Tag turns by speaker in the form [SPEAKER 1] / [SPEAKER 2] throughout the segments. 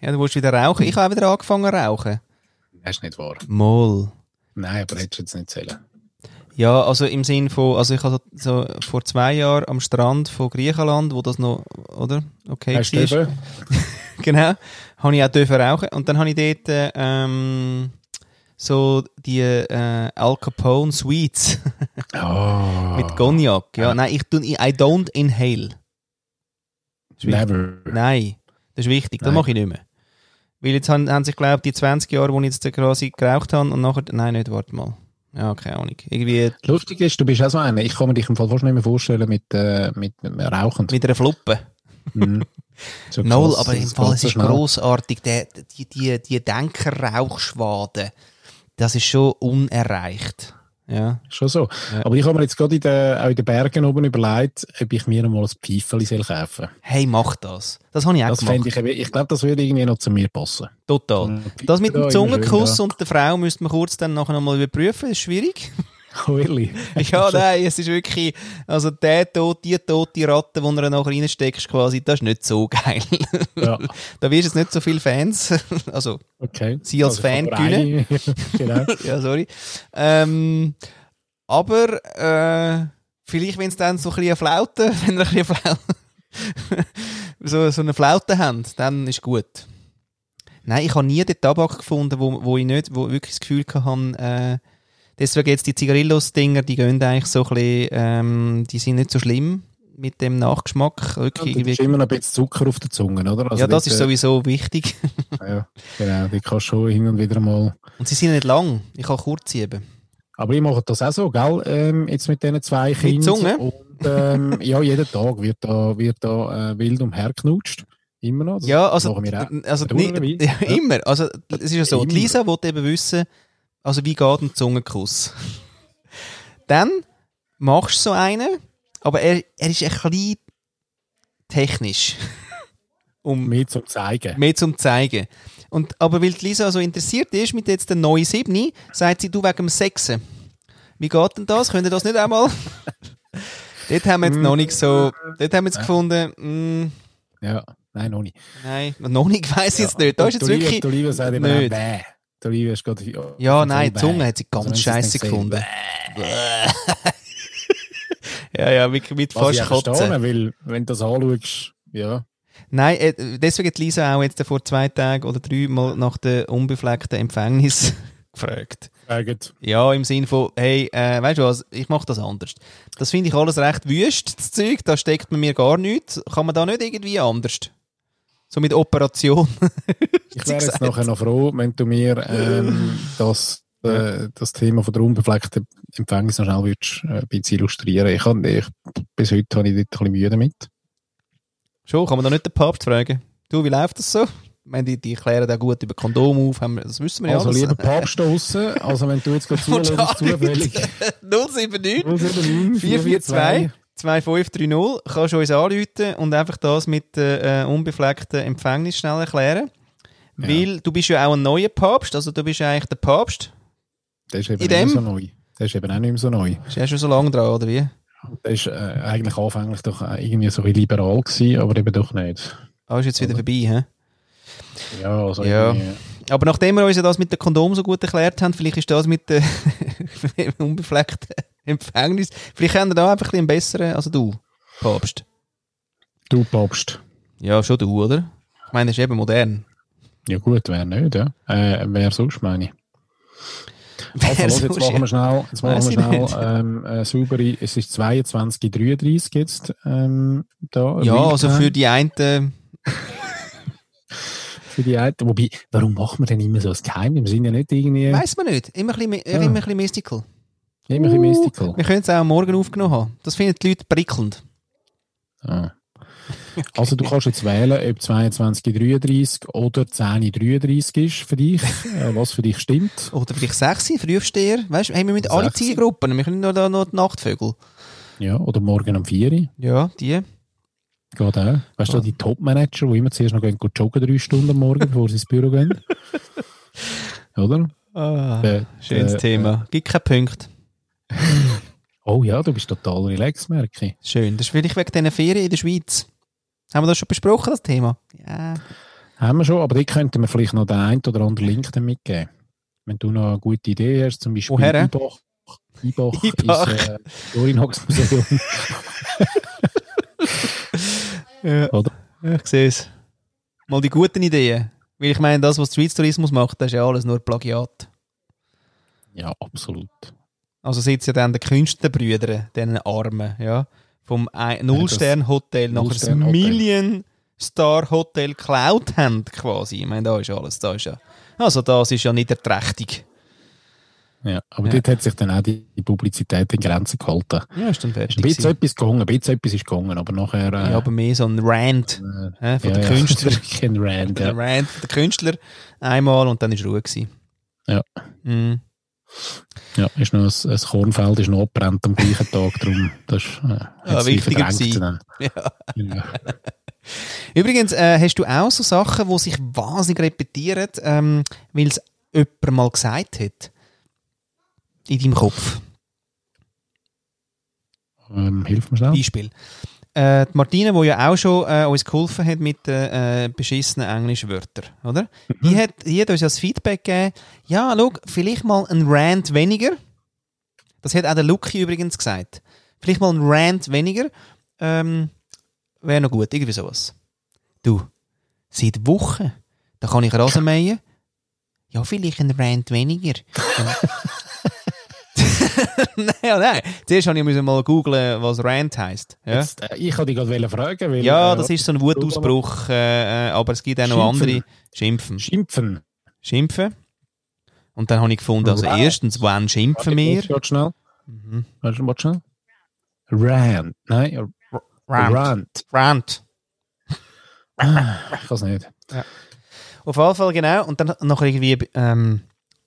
[SPEAKER 1] Ja, du willst wieder rauchen. Ich habe wieder angefangen zu rauchen.
[SPEAKER 2] Das ist nicht wahr.
[SPEAKER 1] Mal.
[SPEAKER 2] Nein, aber hättest du jetzt nicht zählen.
[SPEAKER 1] Ja, also im Sinn von, also ich habe so vor zwei Jahren am Strand von Griechenland, wo das noch, oder? Okay,
[SPEAKER 2] Hast du
[SPEAKER 1] war.
[SPEAKER 2] eben?
[SPEAKER 1] genau, habe ich auch dürfen rauchen. Und dann habe ich dort äh, ähm, so die äh, Al Capone Sweets
[SPEAKER 2] Oh.
[SPEAKER 1] mit Cognac. Ja, nein, ich tun, I don't inhale. Das ist wichtig.
[SPEAKER 2] Never.
[SPEAKER 1] Nein, das ist wichtig, das
[SPEAKER 2] Nein.
[SPEAKER 1] mache ich nicht mehr. Weil jetzt haben, haben sich, glaube ich, die 20 Jahre, wo ich jetzt quasi geraucht habe und nachher, nein, nicht, warte mal. Ja, keine Ahnung. Irgendwie
[SPEAKER 2] Lustig ist, du bist auch so einer. Ich kann mir dich im Fall fast nicht mehr vorstellen mit, äh, mit, mit Rauchen.
[SPEAKER 1] mit einer Fluppe.
[SPEAKER 2] Mhm. So
[SPEAKER 1] Null,
[SPEAKER 2] krass,
[SPEAKER 1] aber im
[SPEAKER 2] das
[SPEAKER 1] Fall,
[SPEAKER 2] geht
[SPEAKER 1] es
[SPEAKER 2] so
[SPEAKER 1] ist
[SPEAKER 2] schnell.
[SPEAKER 1] grossartig. Der, die, die, die Denkerrauchschwaden, das ist schon unerreicht. Ja.
[SPEAKER 2] Schon so.
[SPEAKER 1] Ja.
[SPEAKER 2] Aber ich habe mir jetzt gerade in den, auch in den Bergen oben überlegt, ob ich mir mal ein Pfeifeli soll kaufen
[SPEAKER 1] Hey, mach das. Das habe ich auch
[SPEAKER 2] Das
[SPEAKER 1] gemacht.
[SPEAKER 2] fände ich, eben- ich glaube, das würde irgendwie noch zu mir passen.
[SPEAKER 1] Total.
[SPEAKER 2] Mhm.
[SPEAKER 1] Das mit
[SPEAKER 2] Ja,
[SPEAKER 1] dem
[SPEAKER 2] immer
[SPEAKER 1] Zungenkuss
[SPEAKER 2] schön,
[SPEAKER 1] und der Frau müsste man kurz dann nachher nochmal überprüfen. Das ist schwierig.
[SPEAKER 2] ja. Oh, ehrlich?
[SPEAKER 1] ja, nein, es ist wirklich, also der Tod, die tote Ratte, die du nachher reinsteckst, quasi, das ist nicht so geil.
[SPEAKER 2] Ja,
[SPEAKER 1] da wirst du jetzt nicht so viele Fans. also,
[SPEAKER 2] okay.
[SPEAKER 1] Sie als
[SPEAKER 2] ich habe
[SPEAKER 1] Fan
[SPEAKER 2] nur eine. genau.
[SPEAKER 1] ja, sorry. Ähm, aber äh, vielleicht, wenn es dann so ein bisschen eine Flaute, wenn ihr ein bisschen Flaute, so, so eine Flaute habt, dann ist gut. Nein, ich habe nie den Tabak gefunden, wo, wo ich nicht, wo wirklich das Gefühl hatte, äh, deswegen jetzt die Zigarillos-Dinger, die gehen eigentlich so ein bisschen, ähm, die sind nicht so schlimm mit dem Nachgeschmack. Wirklich,
[SPEAKER 2] Und da ist
[SPEAKER 1] irgendwie,
[SPEAKER 2] immer noch ein bisschen Zucker auf der Zunge, oder? Also
[SPEAKER 1] ja, das
[SPEAKER 2] dort,
[SPEAKER 1] ist sowieso wichtig.
[SPEAKER 2] äh, Ja, genau, die kannst du schon hin und wieder mal...
[SPEAKER 1] Und sie sind nicht lang. Ich kann kurz eben.
[SPEAKER 2] Aber ich mache das auch so, gell? Ähm, jetzt mit diesen zwei Kindern.
[SPEAKER 1] Zunge?
[SPEAKER 2] Und, ähm, ja, jeden Tag wird da, wird da äh, wild umhergeknutscht. Immer noch. Das
[SPEAKER 1] Ja, also,
[SPEAKER 2] machen wir auch.
[SPEAKER 1] also
[SPEAKER 2] Dauern
[SPEAKER 1] nie-
[SPEAKER 2] dabei.
[SPEAKER 1] ja,
[SPEAKER 2] Ja.
[SPEAKER 1] immer. Also, es ist ja so, die
[SPEAKER 2] Immer.
[SPEAKER 1] Lisa wollte eben wissen, also wie geht ein Zungenkuss? Dann machst du so einen, aber er, er ist ein bisschen technisch, um
[SPEAKER 2] Mehr zum Zeigen.
[SPEAKER 1] mehr zum zeigen. Und, aber weil die Lisa so interessiert ist mit jetzt der neuen Siebni, sagt sie, du wegen dem Sechsen. Wie geht denn das? Könnt ihr das nicht einmal? dort haben wir jetzt
[SPEAKER 2] Hm.
[SPEAKER 1] noch nicht so, dort
[SPEAKER 2] Äh.
[SPEAKER 1] haben wir jetzt gefunden, mm,
[SPEAKER 2] Ja, nein, noch nicht.
[SPEAKER 1] nein, noch nicht, weiss ich
[SPEAKER 2] Ja.
[SPEAKER 1] jetzt nicht. Da ist jetzt
[SPEAKER 2] Die Olive-
[SPEAKER 1] wirklich...
[SPEAKER 2] Die Olive sagt immer
[SPEAKER 1] nicht.
[SPEAKER 2] auch, bäh. Die Olive ist gerade... Ja,
[SPEAKER 1] Ja,
[SPEAKER 2] voll
[SPEAKER 1] nein, die
[SPEAKER 2] bäh.
[SPEAKER 1] Zunge hat sie ganz
[SPEAKER 2] Also wenn sie es
[SPEAKER 1] scheiße
[SPEAKER 2] nicht sehen,
[SPEAKER 1] gefunden.
[SPEAKER 2] bäh.
[SPEAKER 1] ja, ja, mit, mit
[SPEAKER 2] Was
[SPEAKER 1] fast
[SPEAKER 2] ich auch
[SPEAKER 1] Kotzen.
[SPEAKER 2] verstehe, weil wenn du das anschaust, ja.
[SPEAKER 1] Nein, äh, deswegen hat Lisa auch jetzt vor zwei Tagen oder drei Mal nach der unbefleckten Empfängnis gefragt.
[SPEAKER 2] Fragt.
[SPEAKER 1] Ja, im Sinn von, hey, äh, weißt du was, ich mache das anders. Das finde ich alles recht wüst, das Zeug, da steckt man mir gar nichts. Kann man da nicht irgendwie anders? So mit Operation.
[SPEAKER 2] Ich
[SPEAKER 1] Sie
[SPEAKER 2] wäre jetzt
[SPEAKER 1] gesagt.
[SPEAKER 2] nachher noch froh, wenn du mir ähm, das, äh, das Thema von der unbefleckten Empfängnis noch schnell würdest, äh, ein bisschen illustrieren. Ich kann, ich, bis heute habe ich dort ein bisschen Mühe damit.
[SPEAKER 1] Schon, kann man da nicht den Papst fragen? Du, wie läuft das so? Ich meine, die, die klären da gut über Kondom auf, haben, wir- das wissen wir ja
[SPEAKER 2] Also
[SPEAKER 1] alles.
[SPEAKER 2] lieber Papst draussen, also wenn du jetzt gerade
[SPEAKER 1] Und
[SPEAKER 2] zuhörst,
[SPEAKER 1] damit-
[SPEAKER 2] zufällig.
[SPEAKER 1] 079
[SPEAKER 2] 079
[SPEAKER 1] 442 2530 kannst du uns anrufen und einfach das mit der äh, unbefleckten Empfängnis schnell erklären.
[SPEAKER 2] Ja.
[SPEAKER 1] Weil du bist ja auch ein neuer Papst, also du bist ja eigentlich der Papst.
[SPEAKER 2] Das ist eben
[SPEAKER 1] In
[SPEAKER 2] nicht mehr
[SPEAKER 1] dem-
[SPEAKER 2] so neu. Das ist eben auch nicht mehr so neu.
[SPEAKER 1] Ist ja schon so lange dran, oder wie?
[SPEAKER 2] Das ist äh, eigentlich anfänglich doch äh, irgendwie so ein bisschen liberal gewesen, aber eben doch nicht.
[SPEAKER 1] Ah, ist jetzt wieder vorbei,
[SPEAKER 2] Ja, also
[SPEAKER 1] Ja.
[SPEAKER 2] irgendwie-
[SPEAKER 1] hä? Aber nachdem wir uns ja das mit dem Kondom so gut erklärt haben, vielleicht ist das mit der unbefleckten Empfängnis, vielleicht haben wir da einfach ein bisschen einen besseren, also du, Papst.
[SPEAKER 2] Du Papst.
[SPEAKER 1] Ja, schon du, oder? Ich meine, das ist eben modern.
[SPEAKER 2] Ja gut, wer nicht, ja. Äh, wer sonst, meine ich. Also, los, jetzt machen wir schnell, jetzt
[SPEAKER 1] Weiss
[SPEAKER 2] machen wir
[SPEAKER 1] ich
[SPEAKER 2] schnell ähm, äh, saubere, es ist 22.33 jetzt ähm, da.
[SPEAKER 1] Ja,
[SPEAKER 2] Real
[SPEAKER 1] also
[SPEAKER 2] Time
[SPEAKER 1] für die einen.
[SPEAKER 2] für die Alten. Wobei, warum machen wir denn immer so ein Geheimnis? Wir sind ja Ah. nicht irgendwie immer
[SPEAKER 1] Weiß man nicht. Immer ein bisschen,
[SPEAKER 2] Ja.
[SPEAKER 1] immer ein bisschen mystical.
[SPEAKER 2] ein bisschen mystical.
[SPEAKER 1] Wir können es auch am morgen aufgenommen haben. Das finden die Leute prickelnd.
[SPEAKER 2] Ah. Also du kannst jetzt wählen, ob 22.33 oder 10.33 ist für dich, äh, was für dich stimmt.
[SPEAKER 1] Oder vielleicht sechs, Frühaufsteher. Weißt du, hey, wir mit alle
[SPEAKER 2] Sechs.
[SPEAKER 1] Zielgruppen. Wir können nur da noch die Nachtvögel.
[SPEAKER 2] Ja, oder morgen um 4 Uhr.
[SPEAKER 1] Ja, die.
[SPEAKER 2] Geht auch. Weißt du,
[SPEAKER 1] Ah.
[SPEAKER 2] die Top-Manager, die immer zuerst noch gehen, gehen joggen drei Stunden am Morgen, bevor sie ins Büro gehen. Oder?
[SPEAKER 1] Ah,
[SPEAKER 2] Äh,
[SPEAKER 1] schönes
[SPEAKER 2] äh,
[SPEAKER 1] Thema. Gibt keinen Punkt.
[SPEAKER 2] Oh ja, du bist total relaxed, merke ich.
[SPEAKER 1] Schön. Das ist vielleicht wegen diesen Ferien in der Schweiz. Haben wir das schon besprochen, das Thema? Ja.
[SPEAKER 2] Haben wir schon, aber die könnten wir vielleicht noch den einen oder anderen Link dann mitgeben. Wenn du noch eine gute Idee hast, zum Beispiel
[SPEAKER 1] Woher, äh?
[SPEAKER 2] Ibach. Ibach ist
[SPEAKER 1] Ibach.
[SPEAKER 2] äh, Dorinox Museum.
[SPEAKER 1] Ja.
[SPEAKER 2] Oder?
[SPEAKER 1] Ja, ich sehe es. Mal die guten Ideen. Weil ich meine, das, was der Schweiz Tourismus macht, das ist ja alles nur Plagiat.
[SPEAKER 2] ja, absolut.
[SPEAKER 1] Also sitzen ja dann die Künstlerbrüder, diesen Armen, ja. Vom ein- Null-Stern-Hotel nachher das
[SPEAKER 2] Null-Stern-Hotel.
[SPEAKER 1] Million-Star-Hotel geklaut haben, quasi. Ich meine, da ist alles, da ist ja... Also das ist ja niederträchtig.
[SPEAKER 2] Ja, aber
[SPEAKER 1] Ja.
[SPEAKER 2] dort hat sich dann auch die, die Publizität in Grenzen gehalten.
[SPEAKER 1] Ja, ist dann
[SPEAKER 2] Ist ein
[SPEAKER 1] fertig
[SPEAKER 2] bisschen
[SPEAKER 1] gewesen.
[SPEAKER 2] etwas gegangen, ein bisschen etwas ist gegangen, aber nachher... Äh,
[SPEAKER 1] Ja, aber mehr so ein Rant
[SPEAKER 2] äh,
[SPEAKER 1] hä, von
[SPEAKER 2] ja,
[SPEAKER 1] den
[SPEAKER 2] ja,
[SPEAKER 1] Künstlern.
[SPEAKER 2] Kein Rand,
[SPEAKER 1] Der
[SPEAKER 2] ja.
[SPEAKER 1] Rant von den Künstlern einmal und dann ist Ruhe gewesen.
[SPEAKER 2] Ja.
[SPEAKER 1] Mhm.
[SPEAKER 2] Ja, ist noch ein, ein Kornfeld ist noch abgebrannt am gleichen Tag, darum das ist, äh, hat's sie
[SPEAKER 1] Ah, wichtiger
[SPEAKER 2] verdrängt
[SPEAKER 1] gewesen.
[SPEAKER 2] dann.
[SPEAKER 1] Ja.
[SPEAKER 2] Ja.
[SPEAKER 1] Übrigens, äh, hast du auch so Sachen, die sich wahnsinnig repetieren, ähm, weil es jemand mal gesagt hat? In deinem Kopf.
[SPEAKER 2] Ähm, hilf mir schnell.
[SPEAKER 1] Beispiel. Äh, die Martine, die ja auch schon äh, uns geholfen hat mit den äh, beschissenen englischen Wörtern, oder? Die, hat, die hat uns ja das Feedback gegeben, ja, schau, vielleicht mal ein Rant weniger. Das hat auch der Lucky übrigens gesagt. Vielleicht mal ein Rant weniger. Ähm, Wäre noch gut, irgendwie sowas. Du, seit Wochen, da kann ich Rasen mähen. Ja, vielleicht ein Rant weniger. nein, ja, nein. Zuerst habe ich müssen mal googeln, was Rant heisst. Ja,
[SPEAKER 2] Jetzt, äh, ich wollte dich gerade wollen fragen, weil...
[SPEAKER 1] ja
[SPEAKER 2] äh,
[SPEAKER 1] das ist so ein Wutausbruch, äh, äh, aber es gibt auch noch
[SPEAKER 2] Schimpfen.
[SPEAKER 1] andere. Schimpfen.
[SPEAKER 2] Schimpfen.
[SPEAKER 1] Schimpfen. Und dann habe ich gefunden, also
[SPEAKER 2] Rant.
[SPEAKER 1] erstens, wann schimpfen wir?
[SPEAKER 2] Warte, warte schnell.
[SPEAKER 1] Mhm.
[SPEAKER 2] Warte, warte schnell. Rant. Nein, Rant.
[SPEAKER 1] Rant. Rant.
[SPEAKER 2] Ich kann es nicht.
[SPEAKER 1] Auf jeden Fall, genau. Und dann noch irgendwie, ähm,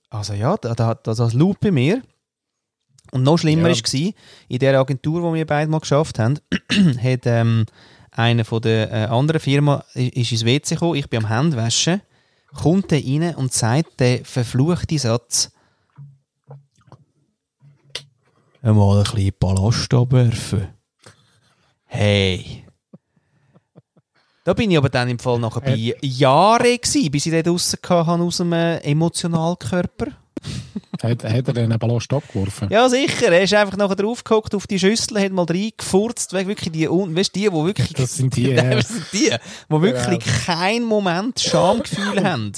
[SPEAKER 1] also ja, da, da, da, das Loop bei mir. Und noch schlimmer
[SPEAKER 2] Ja.
[SPEAKER 1] ist war, in der Agentur, wo wir beide mal geschafft haben, hat ähm, einer von der äh, anderen Firma i- ist ins WC gekommen, ich bin am Handwaschen, kommt der rein und sagt den verfluchten Satz. Einmal ein bisschen Ballast abwerfen. Hey. Da bin ich aber dann im Fall nachher bei
[SPEAKER 2] Äh.
[SPEAKER 1] Jahren gewesen, bis ich den draussen hatte, aus dem äh, Emotionalkörper.
[SPEAKER 2] Hat, hat er den Ballast abgeworfen?
[SPEAKER 1] Ja, sicher. Er ist einfach nachher draufgehockt auf die Schüssel, hat mal reingefurzt. Weißt, wirklich die, un- weißt, die, die wirklich,
[SPEAKER 2] Das sind die. Genau.
[SPEAKER 1] Nein,
[SPEAKER 2] Äh,
[SPEAKER 1] das sind die, die wirklich keinen Moment Schamgefühl haben.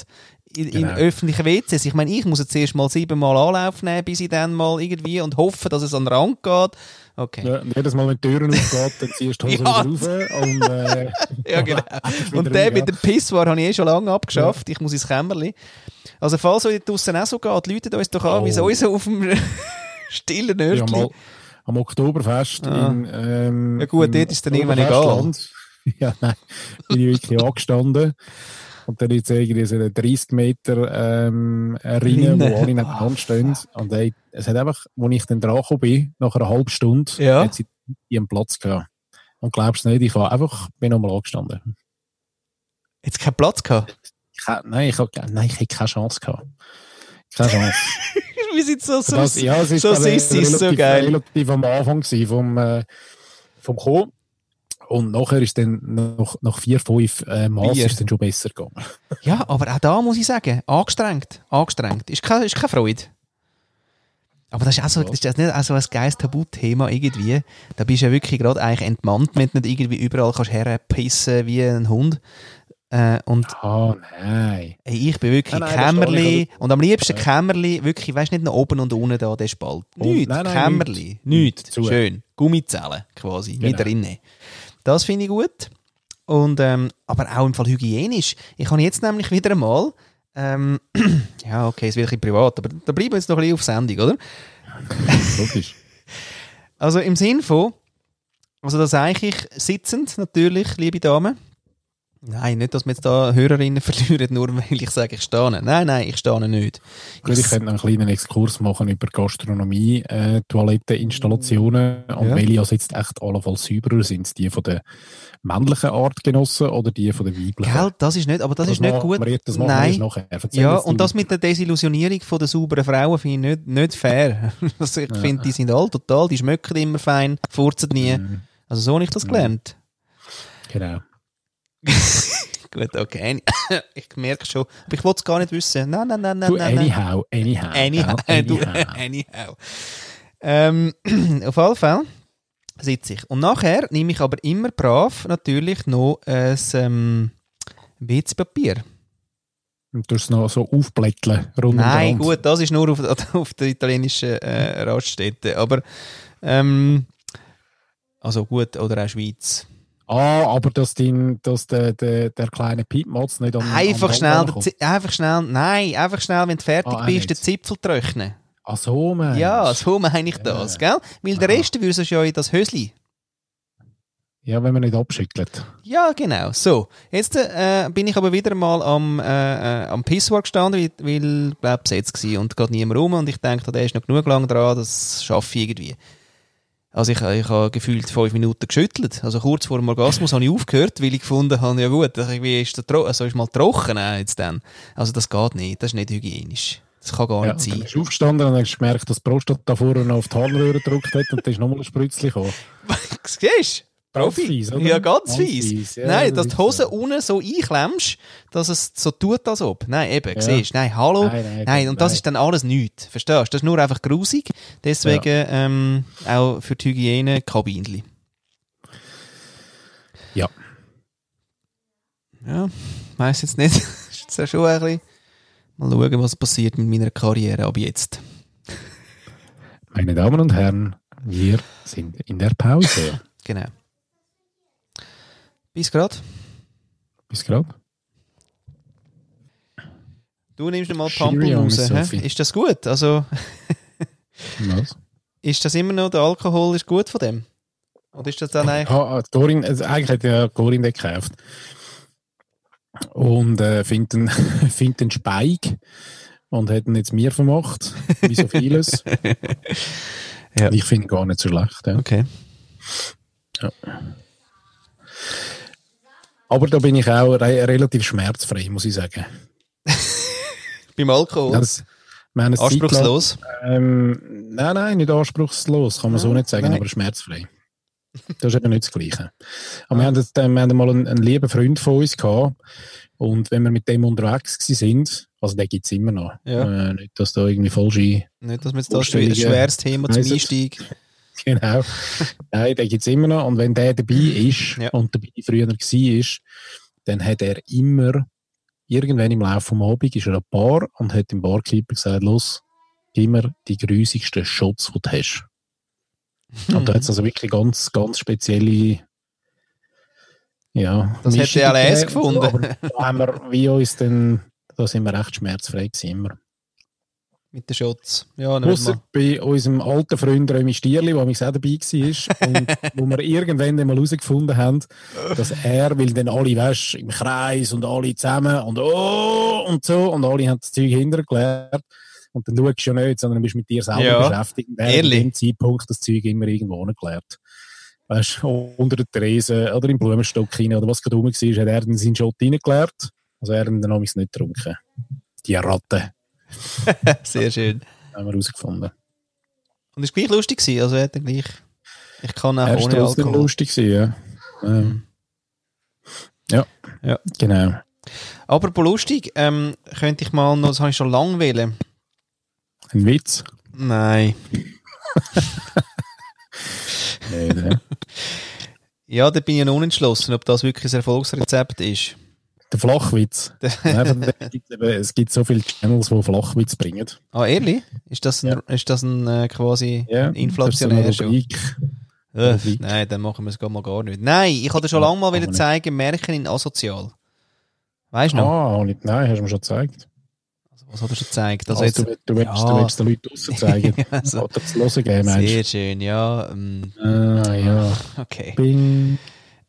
[SPEAKER 1] In,
[SPEAKER 2] Genau.
[SPEAKER 1] in öffentlichen WCs. Ich meine, ich muss jetzt erst mal siebenmal Anlauf nehmen, bis ich dann mal irgendwie und hoffe, dass es an den Rand geht. Okay.
[SPEAKER 2] ja, jedes Mal, wenn die Türen aufgeht, dann ziehst du die Hose
[SPEAKER 1] Ja.
[SPEAKER 2] wieder rauf und... Äh,
[SPEAKER 1] Ja, genau.
[SPEAKER 2] wieder
[SPEAKER 1] Und der
[SPEAKER 2] rein,
[SPEAKER 1] mit dem Pisswar habe ich eh schon lange abgeschafft. Ich muss ins Kämmerli. Also, falls euch draußen auch so geht, läutet uns doch an, wie es
[SPEAKER 2] Oh.
[SPEAKER 1] uns auf dem stillen
[SPEAKER 2] ja. Ja,
[SPEAKER 1] Örtchen.
[SPEAKER 2] mal, am Oktoberfest
[SPEAKER 1] Ah.
[SPEAKER 2] in... Ähm,
[SPEAKER 1] Ja, gut,
[SPEAKER 2] im
[SPEAKER 1] dort ist dann irgendwann egal.
[SPEAKER 2] Oktoberfestland. Ja, nein, bin ich wirklich angestanden. Und dann jetzt irgendwie so eine 30 Meter ähm, Rinne,
[SPEAKER 1] Rinne.
[SPEAKER 2] wo alle nebeneinander stehen. Und ey, es hat einfach, als ich dann dran gekommen bin, nach einer halben Stunde,
[SPEAKER 1] Ja.
[SPEAKER 2] hat sie ihren Platz gehabt. Und glaubst du nicht, ich war einfach, bin nochmal angestanden.
[SPEAKER 1] Jetzt keinen Platz gehabt.
[SPEAKER 2] Ich, hä- nein, ich, hab- nein, ich hätte keine Chance gehabt. Keine Chance.
[SPEAKER 1] Wir sind so süß.
[SPEAKER 2] Das, ja, es ist
[SPEAKER 1] so
[SPEAKER 2] also
[SPEAKER 1] sissy ist so
[SPEAKER 2] relativ-
[SPEAKER 1] geil.
[SPEAKER 2] relativ am Anfang gewesen vom, äh, vom Kommen. Und nachher ist dann nach, nach vier, fünf äh, Maß
[SPEAKER 1] Bier.
[SPEAKER 2] ist dann schon besser gegangen.
[SPEAKER 1] Ja, aber auch da muss ich sagen, angestrengt, angestrengt. Ist keine, ist keine Freude. Aber das ist auch so,
[SPEAKER 2] Ja.
[SPEAKER 1] ist das nicht auch so ein geiles Tabuthema irgendwie. Da bist du ja wirklich gerade eigentlich entmannt, wenn du nicht irgendwie überall kannst herpissen wie ein Hund. Äh, und
[SPEAKER 2] Ah, nein.
[SPEAKER 1] ey, ich bin wirklich
[SPEAKER 2] Nein, nein, das verstehe
[SPEAKER 1] Kämmerli.
[SPEAKER 2] ich.
[SPEAKER 1] Und am liebsten Kämmerli, wirklich, weißt du, nicht noch oben und unten da, der Spalt.
[SPEAKER 2] Und-
[SPEAKER 1] Nicht,
[SPEAKER 2] nein, nein,
[SPEAKER 1] Kämmerli.
[SPEAKER 2] nicht.
[SPEAKER 1] Nicht.
[SPEAKER 2] Nicht, zu.
[SPEAKER 1] Schön. Gummizellen quasi,
[SPEAKER 2] Genau.
[SPEAKER 1] nicht drinnen. Das finde ich gut. Und, ähm, aber auch im Fall hygienisch. Ich habe jetzt nämlich wieder einmal, ähm, ja, okay, es wird ein bisschen privat, aber da bleiben wir jetzt noch ein bisschen auf Sendung, oder?
[SPEAKER 2] Logisch.
[SPEAKER 1] Also im Sinn von, also das sage ich sitzend natürlich, liebe Damen. Nein, nicht, dass wir jetzt da Hörerinnen verlieren, nur weil ich sage, ich stehe. Nein, nein, ich stehe nicht.
[SPEAKER 2] Gut, ich könnte noch einen kleinen Exkurs machen über Gastronomie, äh, Toiletteninstallationen und
[SPEAKER 1] Ja.
[SPEAKER 2] welche also jetzt echt allenfalls sauberer sind. Die von der männlichen Artgenossen oder die von der weiblichen?
[SPEAKER 1] Gell, das ist nicht, aber das, ist nicht
[SPEAKER 2] machen
[SPEAKER 1] gut.
[SPEAKER 2] Wir, jetzt, Also das machen wir erst
[SPEAKER 1] Nein.
[SPEAKER 2] nachher. Erzähl
[SPEAKER 1] Ja,
[SPEAKER 2] jetzt
[SPEAKER 1] und
[SPEAKER 2] du.
[SPEAKER 1] das mit der Desillusionierung von der sauberen Frauen finde ich nicht, nicht fair. Also ich
[SPEAKER 2] Ja.
[SPEAKER 1] finde, die sind alt, total, die schmecken immer fein, furzen nie.
[SPEAKER 2] Mhm,
[SPEAKER 1] Also so habe ich das
[SPEAKER 2] Mhm.
[SPEAKER 1] gelernt.
[SPEAKER 2] Genau.
[SPEAKER 1] Gut, okay. Ich merke schon. Aber ich wollte es gar nicht wissen. Nein, nein, nein, nein,
[SPEAKER 2] Du,
[SPEAKER 1] nein. nein.
[SPEAKER 2] anyhow, anyhow.
[SPEAKER 1] Anyhow.
[SPEAKER 2] gell?
[SPEAKER 1] Du,
[SPEAKER 2] anyhow.
[SPEAKER 1] anyhow. Ähm, auf alle Fälle sitze ich. Und nachher nehme ich aber immer brav natürlich noch ein ähm, WC-Papier.
[SPEAKER 2] Und du es noch so aufblätteln, rund
[SPEAKER 1] Nein,
[SPEAKER 2] um
[SPEAKER 1] gut, das ist nur auf, auf der italienischen äh, Raststätte. Aber, ähm, also gut, oder auch Schweiz.
[SPEAKER 2] Ah, aber dass, dein, dass der, der, der kleine Piepmatz nicht an
[SPEAKER 1] Einfach
[SPEAKER 2] an
[SPEAKER 1] schnell, den
[SPEAKER 2] kommt.
[SPEAKER 1] Zi- einfach schnell, nein, einfach schnell, wenn du fertig
[SPEAKER 2] Ah, auch
[SPEAKER 1] bist,
[SPEAKER 2] nicht.
[SPEAKER 1] den Zipfel trocknen.
[SPEAKER 2] Ach so, Mensch.
[SPEAKER 1] Ja, so meine ich
[SPEAKER 2] Ja.
[SPEAKER 1] das, gell? Weil der
[SPEAKER 2] Aha.
[SPEAKER 1] Rest würde ja in das Hösli.
[SPEAKER 2] Ja, wenn man nicht abschüttelt.
[SPEAKER 1] Ja, genau. So, jetzt äh, bin ich aber wieder mal am, äh, äh, am Pisswar gestanden, weil, weil glaub, besetzt war und geht niemand rum. Und ich denke, der ist noch genug lang dran, das schaffe ich irgendwie. Also ich, ich habe gefühlt fünf Minuten geschüttelt. Also kurz vor dem Orgasmus habe ich aufgehört, weil ich gefunden habe, ja gut, das irgendwie ist, der tro also ist mal trocken äh, jetzt dann. Also das geht nicht, das ist nicht hygienisch. Das kann gar
[SPEAKER 2] Ja,
[SPEAKER 1] nicht
[SPEAKER 2] dann
[SPEAKER 1] sein.
[SPEAKER 2] bist du aufgestanden und hast gemerkt, dass die Prostat da vorne noch auf die Harnröhre gedrückt hat und da ist nochmal ein Sprützchen gekommen.
[SPEAKER 1] Siehst du?
[SPEAKER 2] Ganz
[SPEAKER 1] Profi.
[SPEAKER 2] fies, oder?
[SPEAKER 1] Ja, ganz
[SPEAKER 2] Ganz
[SPEAKER 1] fies.
[SPEAKER 2] fies, ja,
[SPEAKER 1] Nein, dass
[SPEAKER 2] das
[SPEAKER 1] die
[SPEAKER 2] ist
[SPEAKER 1] Hose
[SPEAKER 2] so.
[SPEAKER 1] unten so einklemmst, dass es so tut, als ob. Nein, eben,
[SPEAKER 2] Ja.
[SPEAKER 1] siehst du. Nein, hallo. Nein,
[SPEAKER 2] Nein, nein,
[SPEAKER 1] und das
[SPEAKER 2] nein.
[SPEAKER 1] ist dann alles nichts. Verstehst du? Das ist nur einfach grusig. Deswegen ähm, auch für die Hygiene Kabinli.
[SPEAKER 2] Ja.
[SPEAKER 1] Ja, weiß jetzt nicht. ist jetzt auch schon ein bisschen. Mal schauen, was passiert mit meiner Karriere ab jetzt.
[SPEAKER 2] Meine Damen und Herren, wir sind in der Pause.
[SPEAKER 1] Genau. Bis gerade.
[SPEAKER 2] Bis gerade.
[SPEAKER 1] Du nimmst mal
[SPEAKER 2] Cheerio,
[SPEAKER 1] Pampel raus.
[SPEAKER 2] Miss
[SPEAKER 1] hä?
[SPEAKER 2] Sophie.
[SPEAKER 1] Ist das gut? Also,
[SPEAKER 2] Was?
[SPEAKER 1] ist das immer noch der Alkohol ist gut von dem? Oder ist das dann eigentlich.
[SPEAKER 2] Ah, ah, die Gorin, also eigentlich hat ja die Gorin den gekauft. Und äh, findet einen, findet einen Speig und hat ihn jetzt mir vermacht, wie so vieles.
[SPEAKER 1] Ja.
[SPEAKER 2] Ich finde ihn gar nicht so schlecht. Ja.
[SPEAKER 1] Okay.
[SPEAKER 2] Aber da bin ich auch re relativ schmerzfrei, muss ich sagen.
[SPEAKER 1] Beim Alkohol.
[SPEAKER 2] Das, wir haben eine Zeit lang-
[SPEAKER 1] Anspruchslos.
[SPEAKER 2] Ähm, nein, nein, nicht anspruchslos, kann man so
[SPEAKER 1] Nein,
[SPEAKER 2] nicht sagen,
[SPEAKER 1] nein.
[SPEAKER 2] aber schmerzfrei. Das ist eben nicht das Gleiche. Aber wir haben, jetzt, äh, wir haben mal einen, einen lieben Freund von uns gehabt und wenn wir mit dem unterwegs gewesen sind, also den gibt es immer noch,
[SPEAKER 1] Ja.
[SPEAKER 2] äh, nicht, dass da irgendwie falsche,
[SPEAKER 1] Nicht, dass wir jetzt das ein
[SPEAKER 2] Vorstellungen.
[SPEAKER 1] schweres Thema zum
[SPEAKER 2] Weiss es.
[SPEAKER 1] Einstieg.
[SPEAKER 2] genau, nein, den gibt es immer noch und wenn der dabei ist
[SPEAKER 1] Ja.
[SPEAKER 2] und dabei früher war, ist, dann hat er immer, irgendwann im Laufe des Abends ist er an die Bar und hat dem Barkeeper gesagt, los, gib mir die grusigsten Shots, die du hast. Und da hat es also wirklich ganz, ganz spezielle. Ja,
[SPEAKER 1] Das hätte ja
[SPEAKER 2] Mischungen
[SPEAKER 1] alles
[SPEAKER 2] gegeben und so,
[SPEAKER 1] gefunden.
[SPEAKER 2] Aber da haben wir, wie uns denn, da sind wir recht schmerzfrei gewesen, immer.
[SPEAKER 1] Mit den Shots. Ja, nicht
[SPEAKER 2] Ausser
[SPEAKER 1] mal.
[SPEAKER 2] bei unserem alten Freund Römi Stierli, der mich auch dabei war und wo wir irgendwann dann mal herausgefunden haben, dass er, weil dann alle, weißt im Kreis und alle zusammen und oh und so und alle haben das Zeug hintergeklärt und dann schaust du ja nicht, sondern bist mit dir selber
[SPEAKER 1] Ja.
[SPEAKER 2] beschäftigt und er hat
[SPEAKER 1] Ehrlich?
[SPEAKER 2] in dem Zeitpunkt das Zeug immer irgendwo angeklärt. Weißt du, unter der Tresen oder im Blumenstock rein oder was gerade rum war, hat er dann seinen Shot reingeklärt. Also er hat ihn dann damals nicht getrunken. Die Ratte
[SPEAKER 1] Sehr schön.
[SPEAKER 2] haben wir herausgefunden.
[SPEAKER 1] Und es war gleich lustig. gewesen, Also, hätte gleich. Ich kann auch
[SPEAKER 2] Er war
[SPEAKER 1] ohne
[SPEAKER 2] trotzdem
[SPEAKER 1] Alkohol.
[SPEAKER 2] lustig, gewesen, ja. Ähm, ja.
[SPEAKER 1] Ja.
[SPEAKER 2] Genau.
[SPEAKER 1] Aber lustig, ähm, könnte ich mal noch, das habe ich schon lange wählen.
[SPEAKER 2] Ein Witz.
[SPEAKER 1] Nein.
[SPEAKER 2] Nee, nee.
[SPEAKER 1] Ja, da bin ich noch unentschlossen, ob das wirklich ein Erfolgsrezept ist.
[SPEAKER 2] Der Flachwitz. Nein, von dem gibt's eben- es gibt so viele Channels, die Flachwitz bringen.
[SPEAKER 1] Ah, ehrlich? Ist das ein, ist das ein äh, quasi
[SPEAKER 2] Ja,
[SPEAKER 1] ein inflationär
[SPEAKER 2] das ist so
[SPEAKER 1] schon?
[SPEAKER 2] eine Rubrik.
[SPEAKER 1] Äh,
[SPEAKER 2] Rubrik.
[SPEAKER 1] nein, dann machen wir es gar mal gar nicht. Nein, ich hatte schon
[SPEAKER 2] Ja,
[SPEAKER 1] lange mal
[SPEAKER 2] kann
[SPEAKER 1] wieder
[SPEAKER 2] man
[SPEAKER 1] zeigen, Märchen in asozial. Weißt du noch?
[SPEAKER 2] Ah, hab ich- nein, hast du mir schon gezeigt.
[SPEAKER 1] Also, was hat er schon gezeigt? Also
[SPEAKER 2] Also
[SPEAKER 1] jetzt,
[SPEAKER 2] du, willst- du, willst,
[SPEAKER 1] Ja.
[SPEAKER 2] du willst den Leuten draussen zeigen.
[SPEAKER 1] Also-
[SPEAKER 2] Oder zu hören geben, meinst du?
[SPEAKER 1] sehr schön, ja. ähm,
[SPEAKER 2] Ah, ja.
[SPEAKER 1] Okay.
[SPEAKER 2] Bing.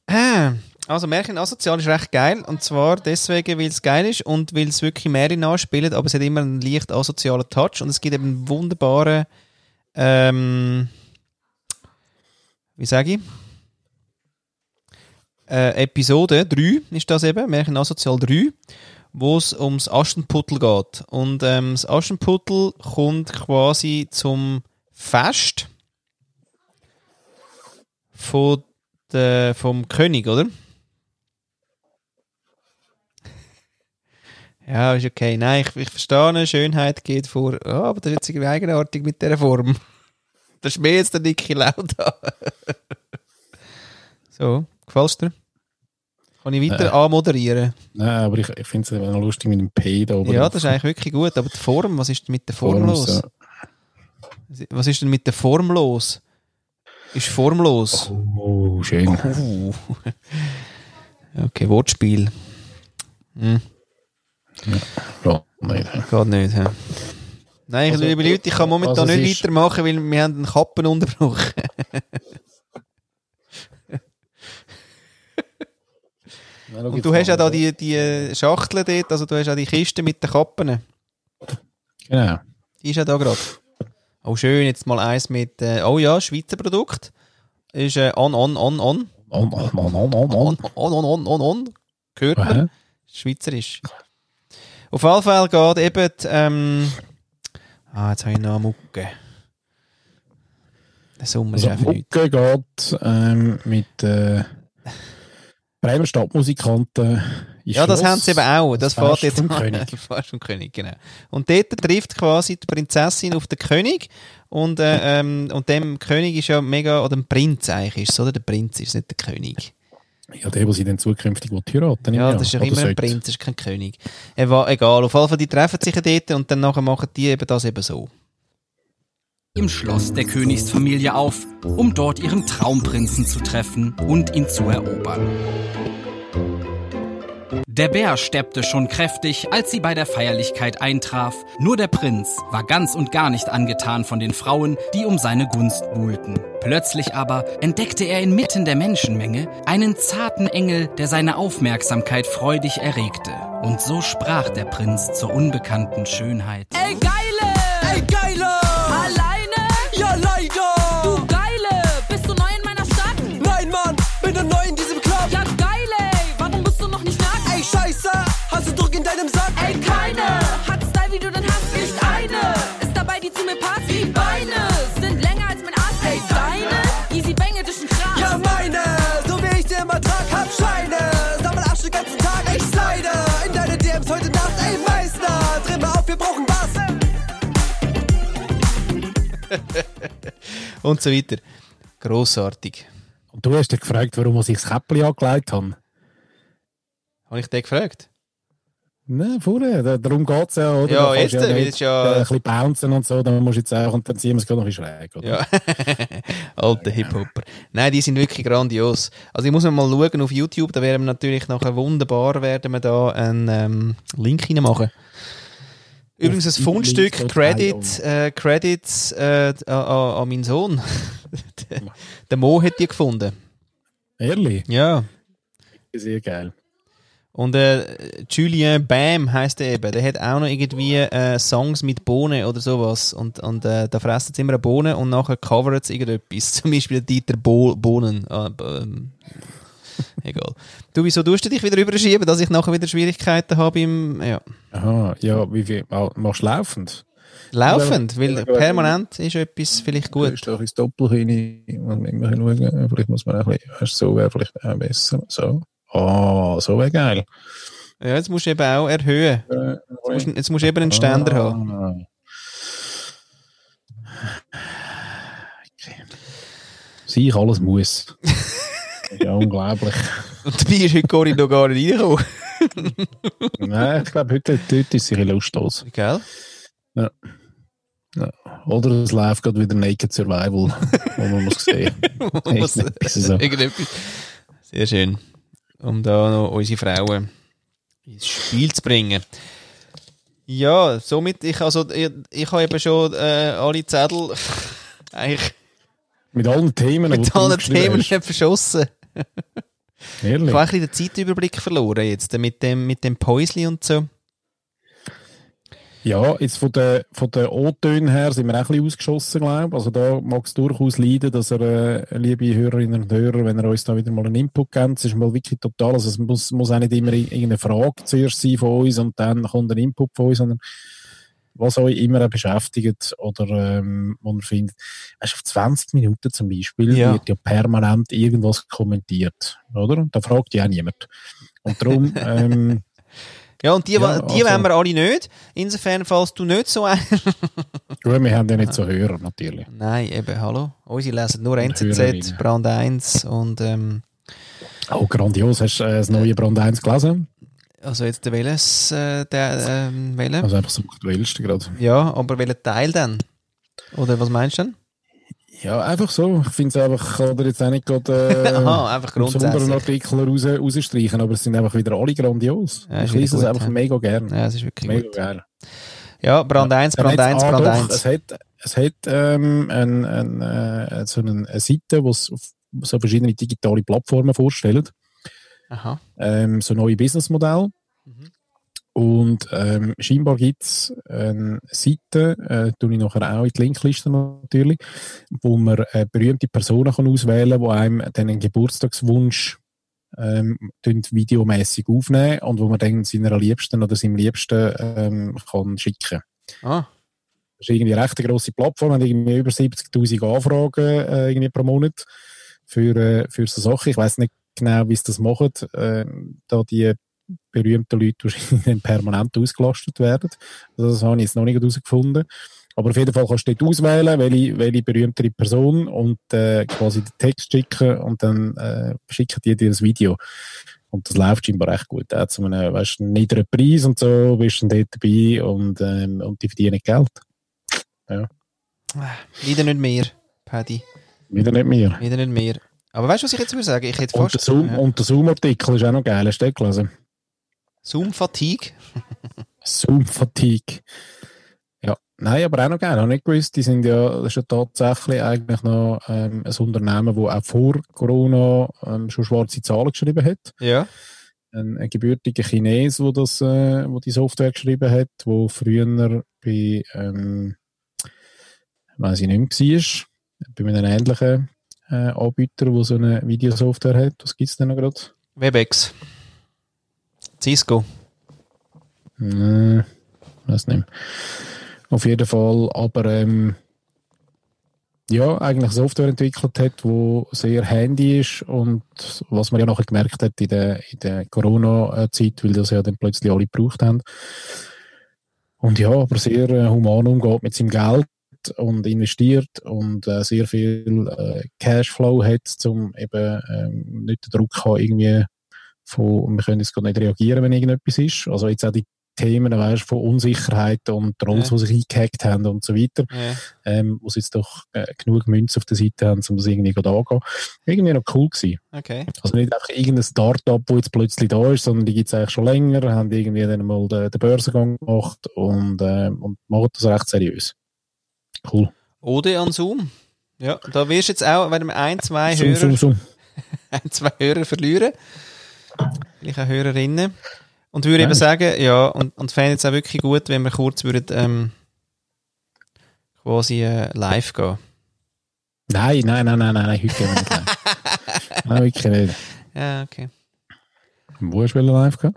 [SPEAKER 1] Äh, Also Märchen asozial ist recht geil und zwar deswegen, weil es geil ist und weil es wirklich Märchen anspielt, aber es hat immer einen leicht asozialen Touch und es gibt eben einen wunderbaren, ähm, wie sage ich, äh, Episode 3 ist das eben, Märchen asozial 3, wo es ums Aschenputtel geht und ähm, das Aschenputtel kommt quasi zum Fest äh, von der, vom König, oder? Ja, ist okay. Nein, ich, ich verstehe, Schönheit geht vor. Ja, aber das ist jetzt irgendwie eigenartig mit dieser Form. Das ist mir jetzt der dicke Lauda. so, gefällst dir? Kann ich weiter
[SPEAKER 2] Äh.
[SPEAKER 1] anmoderieren?
[SPEAKER 2] Nein, aber ich, ich finde es noch lustig mit dem P da oben.
[SPEAKER 1] Ja,
[SPEAKER 2] drauf.
[SPEAKER 1] das ist eigentlich wirklich gut. Aber die Form, was ist denn mit der Form
[SPEAKER 2] Forms,
[SPEAKER 1] los? Was ist denn mit der Form los? Ist formlos.
[SPEAKER 2] ja. Oh, schön.
[SPEAKER 1] Uh. Okay, Wortspiel. Hm,
[SPEAKER 2] Ja, nein.
[SPEAKER 1] geht nicht. hä? Nein,
[SPEAKER 2] Also,
[SPEAKER 1] liebe Leute, ich kann momentan
[SPEAKER 2] also es
[SPEAKER 1] nicht
[SPEAKER 2] ist-
[SPEAKER 1] weitermachen, weil wir haben einen Kappen unterbrochen. Und du hast auch da die, die eh, Schachtel dort, also du hast auch die Kiste mit den Kappen.
[SPEAKER 2] Genau.
[SPEAKER 1] Die ist ja da gerade. Oh, schön, jetzt mal eins mit, äh, oh ja, Schweizer Produkt. Ist äh, on, on, on, on.
[SPEAKER 2] Oh, oh, oh, oh, oh, oh.
[SPEAKER 1] On, on, on, on, on, on. Gehört man.
[SPEAKER 2] Aha.
[SPEAKER 1] Schweizerisch. Auf alle Fälle geht eben, die, ähm, ah, jetzt habe ich noch eine Mucke. Der Sommer ist
[SPEAKER 2] Also
[SPEAKER 1] einfach nichts.
[SPEAKER 2] Mucke geht ähm, mit äh, Bremer Stadtmusikanten ins
[SPEAKER 1] Ja, das
[SPEAKER 2] Schloss.
[SPEAKER 1] haben sie eben auch. Das,
[SPEAKER 2] Das Fest
[SPEAKER 1] fährt jetzt
[SPEAKER 2] vom
[SPEAKER 1] an.
[SPEAKER 2] König.
[SPEAKER 1] Fast vom König, genau. Und dort trifft quasi die Prinzessin auf den König. Und, äh, ähm, und dem König ist ja mega, oder dem Prinz eigentlich ist es, oder? Der Prinz ist nicht der König.
[SPEAKER 2] Ja, der, der sie dann zukünftig will heiraten
[SPEAKER 1] Ja, das ist ja
[SPEAKER 2] Oder
[SPEAKER 1] immer ein
[SPEAKER 2] sollte.
[SPEAKER 1] Prinz, das ist kein König. Er war- Egal, auf jeden Fall, die treffen sich ja dort und dann nachher machen die eben das eben so.
[SPEAKER 3] im Schloss der Königsfamilie auf, um dort ihren Traumprinzen zu treffen und ihn zu erobern. Der Bär steppte schon kräftig, als sie bei der Feierlichkeit eintraf, nur der Prinz war ganz und gar nicht angetan von den Frauen, die um seine Gunst buhlten. Plötzlich aber entdeckte er inmitten der Menschenmenge einen zarten Engel, der seine Aufmerksamkeit freudig erregte. Und so sprach der Prinz zur unbekannten Schönheit.
[SPEAKER 4] Ey Geile! Ey Geile! Alleine? Ja, leider! Du Geile! Bist du neu in meiner Stadt? Nein, Mann! Bin doch neu in diesem Club! Ja, Geile! Ey. Warum bist du noch nicht nackt? Ey Scheiße! Hast du Druck in deinem Sack? Ey, keine! Hat Style, wie du den hast? Nicht eine! Ist dabei, die zu mir passt? Die Beine! Sind länger als mein Arsch? Ey, deine? Easy Bänge, dich ein Krass!
[SPEAKER 5] Ja, meine, so wie ich dir immer trag, hab Scheine. Sammel Arsch den ganzen Tag, ich slide. In deine DMs heute Nacht, ey Meister. Dreh mal auf, wir brauchen was.
[SPEAKER 1] Und so weiter. Grossartig.
[SPEAKER 2] Und du hast dich gefragt, warum muss ich das Käppli angelegt haben?
[SPEAKER 1] Habe ich den gefragt?
[SPEAKER 2] Nein, vorher, Ne, da- darum geht es ja, oder?
[SPEAKER 1] Ja,
[SPEAKER 2] Da kannst
[SPEAKER 1] jetzt,
[SPEAKER 2] du
[SPEAKER 1] weil
[SPEAKER 2] nicht,
[SPEAKER 1] es ja-
[SPEAKER 2] äh, Ein bisschen bouncen und so, dann musst du jetzt auch, und dann ziehen wir es gerade noch ein bisschen schräg, oder?
[SPEAKER 1] Ja. Alte Hip-Hopper. Nein, die sind wirklich grandios. Also ich muss noch mal schauen auf YouTube, da werden wir natürlich nachher wunderbar, werden wir da einen ähm, Link reinmachen. Übrigens ein
[SPEAKER 2] Auf
[SPEAKER 1] Fundstück,
[SPEAKER 2] Links-
[SPEAKER 1] Credit, äh, Credits äh, an, an an meinen Sohn. der, der Mo hat die gefunden.
[SPEAKER 2] Ehrlich,
[SPEAKER 1] Ja.
[SPEAKER 2] sehr geil.
[SPEAKER 1] Und äh, Julien Bam heisst er eben. Der hat auch noch irgendwie äh, Songs mit Bohnen oder sowas. Und, und äh, da fressen sie immer eine Bohne und nachher covert sie irgendetwas. Zum Beispiel Dieter Bo Bohnen. Ah, b- ähm, egal. Du, wieso tust du dich wieder überschieben, dass ich nachher wieder Schwierigkeiten habe im. Ja.
[SPEAKER 2] Aha, ja, wie viel, ah, machst du laufend?
[SPEAKER 1] Laufend, weil
[SPEAKER 2] Ja, gut.
[SPEAKER 1] permanent ist etwas vielleicht
[SPEAKER 2] Gut.
[SPEAKER 1] gut.
[SPEAKER 2] Ist doch ein Doppelhini, man muss immer schauen, vielleicht muss man ein bisschen, weißt, so wäre vielleicht auch besser, so. Ah, so wäre geil.
[SPEAKER 1] Ja, jetzt musst du eben auch erhöhen.
[SPEAKER 2] Äh,
[SPEAKER 1] Jetzt musst, du- jetzt musst du
[SPEAKER 2] Ah.
[SPEAKER 1] eben einen Ständer haben.
[SPEAKER 2] haben. Sich alles muss. ja, unglaublich.
[SPEAKER 1] Und dabei ist heute Corinne noch gar nicht reingekommen.
[SPEAKER 2] Nein, ich glaube, heute, heute ist sie ein bisschen lustlos.
[SPEAKER 1] Gell?
[SPEAKER 2] Oder es läuft gerade wieder Naked Survival, wo man muss sehen.
[SPEAKER 1] Was-
[SPEAKER 2] Irgendetwas so.
[SPEAKER 1] Irgendetwas. Sehr schön. Um da noch unsere Frauen ins Spiel zu bringen. Ja, somit, ich, also, ich, ich habe eben schon äh, alle Zettel eigentlich
[SPEAKER 2] Mit allen Themen. die
[SPEAKER 1] mit
[SPEAKER 2] du
[SPEAKER 1] allen
[SPEAKER 2] aufgeschrieben
[SPEAKER 1] Themen
[SPEAKER 2] hast.
[SPEAKER 1] verschossen. Ich
[SPEAKER 2] Ehrlich.
[SPEAKER 1] habe ein bisschen den Zeitüberblick verloren jetzt äh, mit dem, mit dem Päusli und so.
[SPEAKER 2] Ja, jetzt von den, von den O-Tönen her sind wir auch ein bisschen ausgeschossen, glaube ich. Also da mag es durchaus leiden, dass er, äh, liebe Hörerinnen und Hörer, wenn er uns da wieder mal einen Input gibt, es ist mal wirklich total, also es muss, muss auch nicht immer i- irgendeine Frage zuerst sein von uns und dann kommt ein Input von uns, sondern was euch immer auch beschäftigt oder ähm, wo ihr findet. Weißt, du, auf 20 Minuten zum Beispiel
[SPEAKER 1] Ja.
[SPEAKER 2] wird ja permanent irgendwas kommentiert, oder? Da fragt ja auch niemand. Und darum... Ähm,
[SPEAKER 1] Ja, und die,
[SPEAKER 2] Ja,
[SPEAKER 1] die
[SPEAKER 2] also-
[SPEAKER 1] wollen wir alle nicht. Insofern, falls du nicht so ein...
[SPEAKER 2] Gut, wir haben ja nicht so Hörer, natürlich.
[SPEAKER 1] Nein, eben, hallo. Unsere lesen nur NZZ,
[SPEAKER 2] Hörerinnen.
[SPEAKER 1] Brand 1 und ähm,
[SPEAKER 2] Oh, grandios. Hast du äh, das neue Brand 1 gelesen?
[SPEAKER 1] also jetzt der Welles, äh, der ähm, Welle.
[SPEAKER 2] Also einfach so gewählst gerade.
[SPEAKER 1] Ja, aber welchen Teil dann? Oder was meinst du denn?
[SPEAKER 2] Ja, einfach so. Ich finde es einfach, ich kann dir jetzt auch nicht gerade
[SPEAKER 1] Aha, einfach
[SPEAKER 2] äh, besonderen
[SPEAKER 1] grundsätzlich.
[SPEAKER 2] Artikel raus, rausstreichen, aber es sind einfach wieder alle grandios.
[SPEAKER 1] Ja, ist
[SPEAKER 2] ich
[SPEAKER 1] wieder
[SPEAKER 2] lese es
[SPEAKER 1] gut,
[SPEAKER 2] einfach
[SPEAKER 1] ja.
[SPEAKER 2] mega gern.
[SPEAKER 1] Ja, das ist wirklich
[SPEAKER 2] Mega
[SPEAKER 1] gut.
[SPEAKER 2] gern.
[SPEAKER 1] Ja, Brand 1,
[SPEAKER 2] Dann
[SPEAKER 1] Brand 1,
[SPEAKER 2] hat's- ah,
[SPEAKER 1] Brand
[SPEAKER 2] doch,
[SPEAKER 1] 1.
[SPEAKER 2] Es hat, es hat ähm, ein, ein, äh, so eine, eine Seite, die so verschiedene digitale Plattformen vorstellt.
[SPEAKER 1] Aha.
[SPEAKER 2] ähm, so neue Businessmodelle.
[SPEAKER 1] Mhm.
[SPEAKER 2] Und ähm, scheinbar gibt es eine Seite, äh, tue ich nachher auch in die Linkliste natürlich, wo man äh, berühmte Personen kann auswählen kann, die einem dann einen Geburtstagswunsch ähm, tun videomäßig aufnehmen und wo man dann seiner Liebsten oder seinem Liebsten ähm, kann schicken
[SPEAKER 1] Ah,
[SPEAKER 2] das ist irgendwie eine recht grosse Plattform, hat irgendwie über 70.000 Anfragen äh, irgendwie pro Monat für, äh, für so Sachen. Ich weiß nicht genau, wie sie das machen, äh, da die berühmten Leute wahrscheinlich dann permanent ausgelastet werden. Also das habe ich jetzt noch nicht herausgefunden. Aber auf jeden Fall kannst du dort auswählen, welche, welche berühmtere Person und äh, quasi den Text schicken und dann äh, schicken die dir das Video. Und das läuft scheinbar recht gut. Auch zu einem weißt, niederen Preis und so bist du dann dort dabei und, ähm, und die verdienen Geld.
[SPEAKER 1] wieder nicht mehr, Paddy.
[SPEAKER 2] Wieder nicht mehr.
[SPEAKER 1] Wieder nicht mehr. Aber weißt du, was ich jetzt würde sagen? Ich hätte
[SPEAKER 2] Und der
[SPEAKER 1] fast.
[SPEAKER 2] Zoom-
[SPEAKER 1] ja.
[SPEAKER 2] und der Zoom-Artikel ist auch noch geil, hast du den gelesen?
[SPEAKER 1] Zoom-Fatigue.
[SPEAKER 2] Zoom-Fatigue. Ja, nein, aber auch noch geil, habe ich nicht gewusst. Die sind ja, das ist ja tatsächlich eigentlich noch ähm, ein Unternehmen, das auch vor Corona ähm, schon schwarze Zahlen geschrieben hat.
[SPEAKER 1] Ja.
[SPEAKER 2] Ein, ein gebürtiger Chines, wo, das, äh, wo die Software geschrieben hat, wo früher bei, ähm, weiß ich nicht mehr, war, bei einem ähnlichen äh, Anbieter, der so eine Videosoftware hat. Was gibt es denn noch gerade?
[SPEAKER 1] Webex. Cisco.
[SPEAKER 2] Nein, weiß nicht. mehr. Auf jeden Fall, aber ähm, ja, eigentlich Software entwickelt hat, wo sehr handy ist und was man ja nachher gemerkt hat in der, in der Corona-Zeit, weil das ja dann plötzlich alle gebraucht haben. Und ja, aber sehr äh, human umgeht mit seinem Geld und investiert und äh, sehr viel äh, Cashflow hat, um eben ähm, nicht den Druck haben, irgendwie von, wir können jetzt gerade nicht reagieren, wenn irgendetwas ist. Also jetzt auch die Themen, weißt, von Unsicherheit und Trolls,
[SPEAKER 1] Ja.
[SPEAKER 2] die sich eingehackt haben und so weiter,
[SPEAKER 1] Ja.
[SPEAKER 2] ähm, wo sie jetzt doch äh, genug Münze auf der Seite haben, um das irgendwie gerade angehen. Irgendwie noch cool gewesen.
[SPEAKER 1] Okay.
[SPEAKER 2] Also nicht einfach irgendein Start-up, das jetzt plötzlich da ist, sondern die gibt es eigentlich schon länger, haben irgendwie dann mal den, den Börsengang gemacht und, ähm, und machen das recht seriös. Cool.
[SPEAKER 1] Oder an Zoom. Ja, da wirst du jetzt auch, wenn wir ein, zwei
[SPEAKER 2] Zoom,
[SPEAKER 1] Hörer,
[SPEAKER 2] zoom, zoom.
[SPEAKER 1] ein, zwei Hörer verlieren. Vielleicht auch Hörerinnen. Und würde eben
[SPEAKER 2] Nein.
[SPEAKER 1] sagen, ja, und, und fände jetzt auch wirklich gut, wenn wir kurz würden, ähm, quasi äh, live gehen.
[SPEAKER 2] Nein, nein, nein, nein, nein, nein, heute gehen wir nicht live. nein, wirklich nicht.
[SPEAKER 1] Ja, okay.
[SPEAKER 2] Wo hast du live gehen?